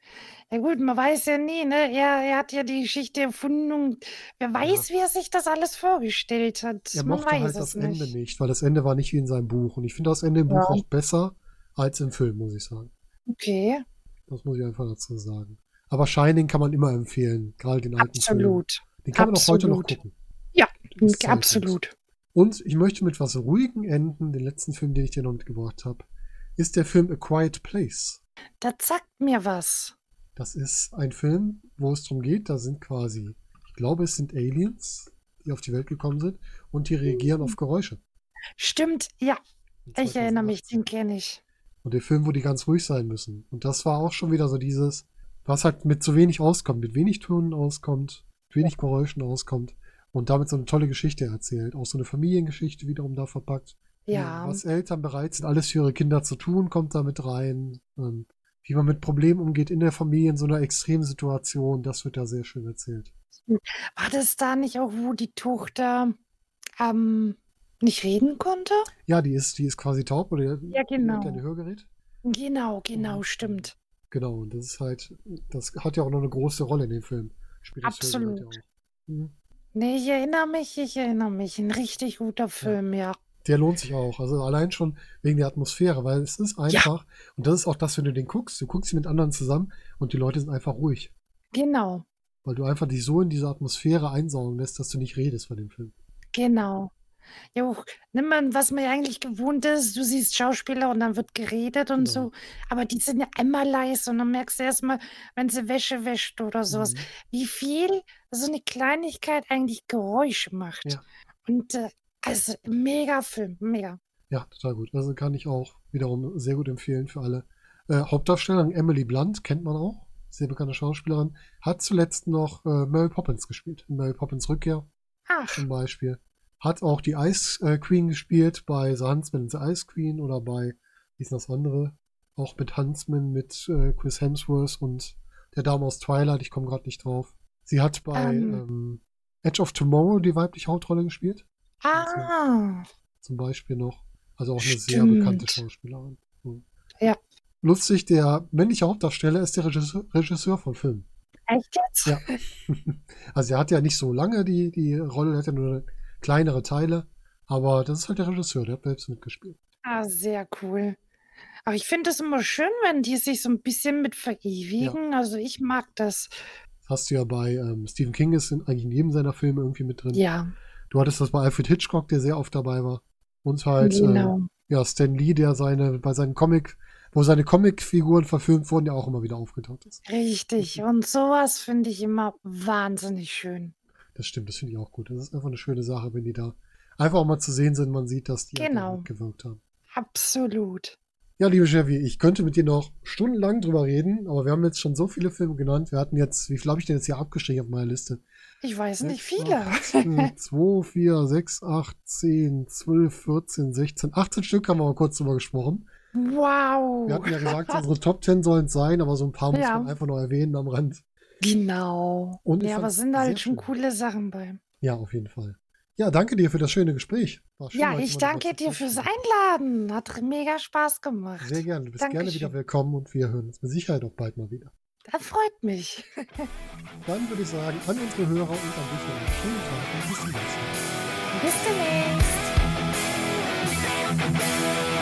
S2: Ja gut, man weiß ja nie, ne? Er, er hat ja die Geschichte erfunden und wer weiß, ja. wie er sich das alles vorgestellt hat.
S1: Er
S2: man
S1: mochte
S2: weiß
S1: halt das nicht. Ende nicht, weil das Ende war nicht wie in seinem Buch. Und ich finde das Ende im ja. Buch auch besser als im Film, muss ich sagen.
S2: Okay.
S1: Das muss ich einfach dazu sagen. Aber Shining kann man immer empfehlen, gerade den alten
S2: Absolut.
S1: Film. Den kann absolut. man auch heute noch gucken.
S2: Ja,
S1: halt
S2: absolut.
S1: Und ich möchte mit was Ruhigem enden, den letzten Film, den ich dir noch mitgebracht habe, ist der Film A Quiet Place.
S2: Das sagt mir was.
S1: Das ist ein Film, wo es darum geht, da sind quasi, ich glaube, es sind Aliens, die auf die Welt gekommen sind und die reagieren auf Geräusche.
S2: Stimmt, ja. Ich erinnere mich, den kenne ich.
S1: Und der Film, wo die ganz ruhig sein müssen. Und das war auch schon wieder so dieses, was halt mit zu wenig auskommt, mit wenig Tönen auskommt, mit wenig Geräuschen auskommt und damit so eine tolle Geschichte erzählt. Auch so eine Familiengeschichte wiederum da verpackt.
S2: Ja.
S1: Was Eltern bereit sind, alles für ihre Kinder zu tun, kommt damit rein. Ähm, wie man mit Problemen umgeht in der Familie in so einer extremen Situation, das wird da sehr schön erzählt.
S2: War das da nicht auch, wo die Tochter ähm, nicht reden konnte?
S1: Ja, die ist, die ist quasi taub oder
S2: ja, genau.
S1: hat ein Hörgerät.
S2: Genau, genau, ja. stimmt.
S1: Genau, und das ist halt, das hat ja auch noch eine große Rolle in dem Film.
S2: Spielt Absolut. Ja
S1: Mhm.
S2: hm. Nee, ich erinnere mich, ich erinnere mich. Ein richtig guter Film, ja. ja
S1: der lohnt sich auch. Also allein schon wegen der Atmosphäre, weil es ist einfach, ja. und das ist auch das, wenn du den guckst, du guckst ihn mit anderen zusammen und die Leute sind einfach ruhig.
S2: Genau.
S1: Weil du einfach dich so in diese Atmosphäre einsaugen lässt, dass du nicht redest von dem Film.
S2: Genau. Jo, nimm mal, was man ja eigentlich gewohnt ist, du siehst Schauspieler und dann wird geredet und genau. so, aber die sind ja immer leise und dann merkst du erstmal, wenn sie Wäsche wäscht oder sowas, mhm. wie viel so eine Kleinigkeit eigentlich Geräusche macht. Ja. Und äh, also mega Film, mega.
S1: Ja, total gut. Also kann ich auch wiederum sehr gut empfehlen für alle. Äh, Hauptdarstellerin Emily Blunt kennt man auch, sehr bekannte Schauspielerin, hat zuletzt noch äh, Mary Poppins gespielt, in Mary Poppins Rückkehr
S2: Ach.
S1: zum Beispiel. Hat auch die Ice äh, Queen gespielt bei The Huntsman and the Ice Queen oder bei, wie ist das andere, auch mit Huntsman, mit äh, Chris Hemsworth und der Dame aus Twilight, ich komme gerade nicht drauf. Sie hat bei um. ähm, Edge of Tomorrow die weibliche Hauptrolle gespielt.
S2: Ah.
S1: Zum Beispiel noch. Also auch eine Stimmt. sehr bekannte Schauspielerin. Mhm.
S2: Ja.
S1: Lustig, der männliche Hauptdarsteller ist der Regisseur, Regisseur von Filmen.
S2: Echt jetzt?
S1: Ja. Also er hat ja nicht so lange die, die Rolle, er hat ja nur kleinere Teile, aber das ist halt der Regisseur, der hat selbst mitgespielt.
S2: Ah, sehr cool. Aber ich finde es immer schön, wenn die sich so ein bisschen mit verewigen. Ja. Also ich mag das.
S1: das hast du ja bei ähm, Stephen King ist in, eigentlich in jedem seiner Filme irgendwie mit drin.
S2: Ja.
S1: Du hattest das bei Alfred Hitchcock, der sehr oft dabei war. Und halt genau. äh, ja, Stan Lee, der seine, bei seinen Comic, wo seine Comicfiguren verfilmt wurden, der auch immer wieder aufgetaucht ist. Mhm.
S2: Richtig. Und sowas finde ich immer wahnsinnig schön.
S1: Das stimmt, das finde ich auch gut. Das ist einfach eine schöne Sache, wenn die da einfach auch mal zu sehen sind. Man sieht, dass die
S2: genau.
S1: gewirkt haben.
S2: Absolut.
S1: Ja, liebe Chevy, ich könnte mit dir noch stundenlang drüber reden, aber wir haben jetzt schon so viele Filme genannt. Wir hatten jetzt, wie viel habe ich denn jetzt hier abgestrichen auf meiner Liste?
S2: Ich weiß nicht, viele. *laughs*
S1: 2, 4, 6, 8, 10, 12, 14, 16, 18 Stück haben wir mal kurz drüber gesprochen.
S2: Wow.
S1: Wir hatten ja
S2: *laughs*
S1: gesagt, unsere Top 10 sollen es sein, aber so ein paar muss
S2: Oh. Ja.
S1: man einfach noch erwähnen am Rand.
S2: Genau.
S1: Und ich
S2: ja, aber
S1: fand's
S2: sind da
S1: sehr
S2: halt schon
S1: schön.
S2: coole Sachen bei.
S1: Ja, auf jeden Fall. Ja, danke dir für das schöne Gespräch. War schön,
S2: Ja,
S1: heute
S2: ich
S1: mal drüber
S2: danke
S1: zu
S2: dir fürs
S1: quatschen.
S2: Einladen. Hat mega Spaß gemacht.
S1: Sehr gerne. Du bist gerne wieder
S2: Dankeschön.
S1: willkommen und wir hören uns mit Sicherheit auch bald mal wieder.
S2: Das freut mich.
S1: Dann würde ich sagen, an unsere Hörer und an dich noch einen schönen Tag und bis zum nächsten Mal.
S2: Bis demnächst.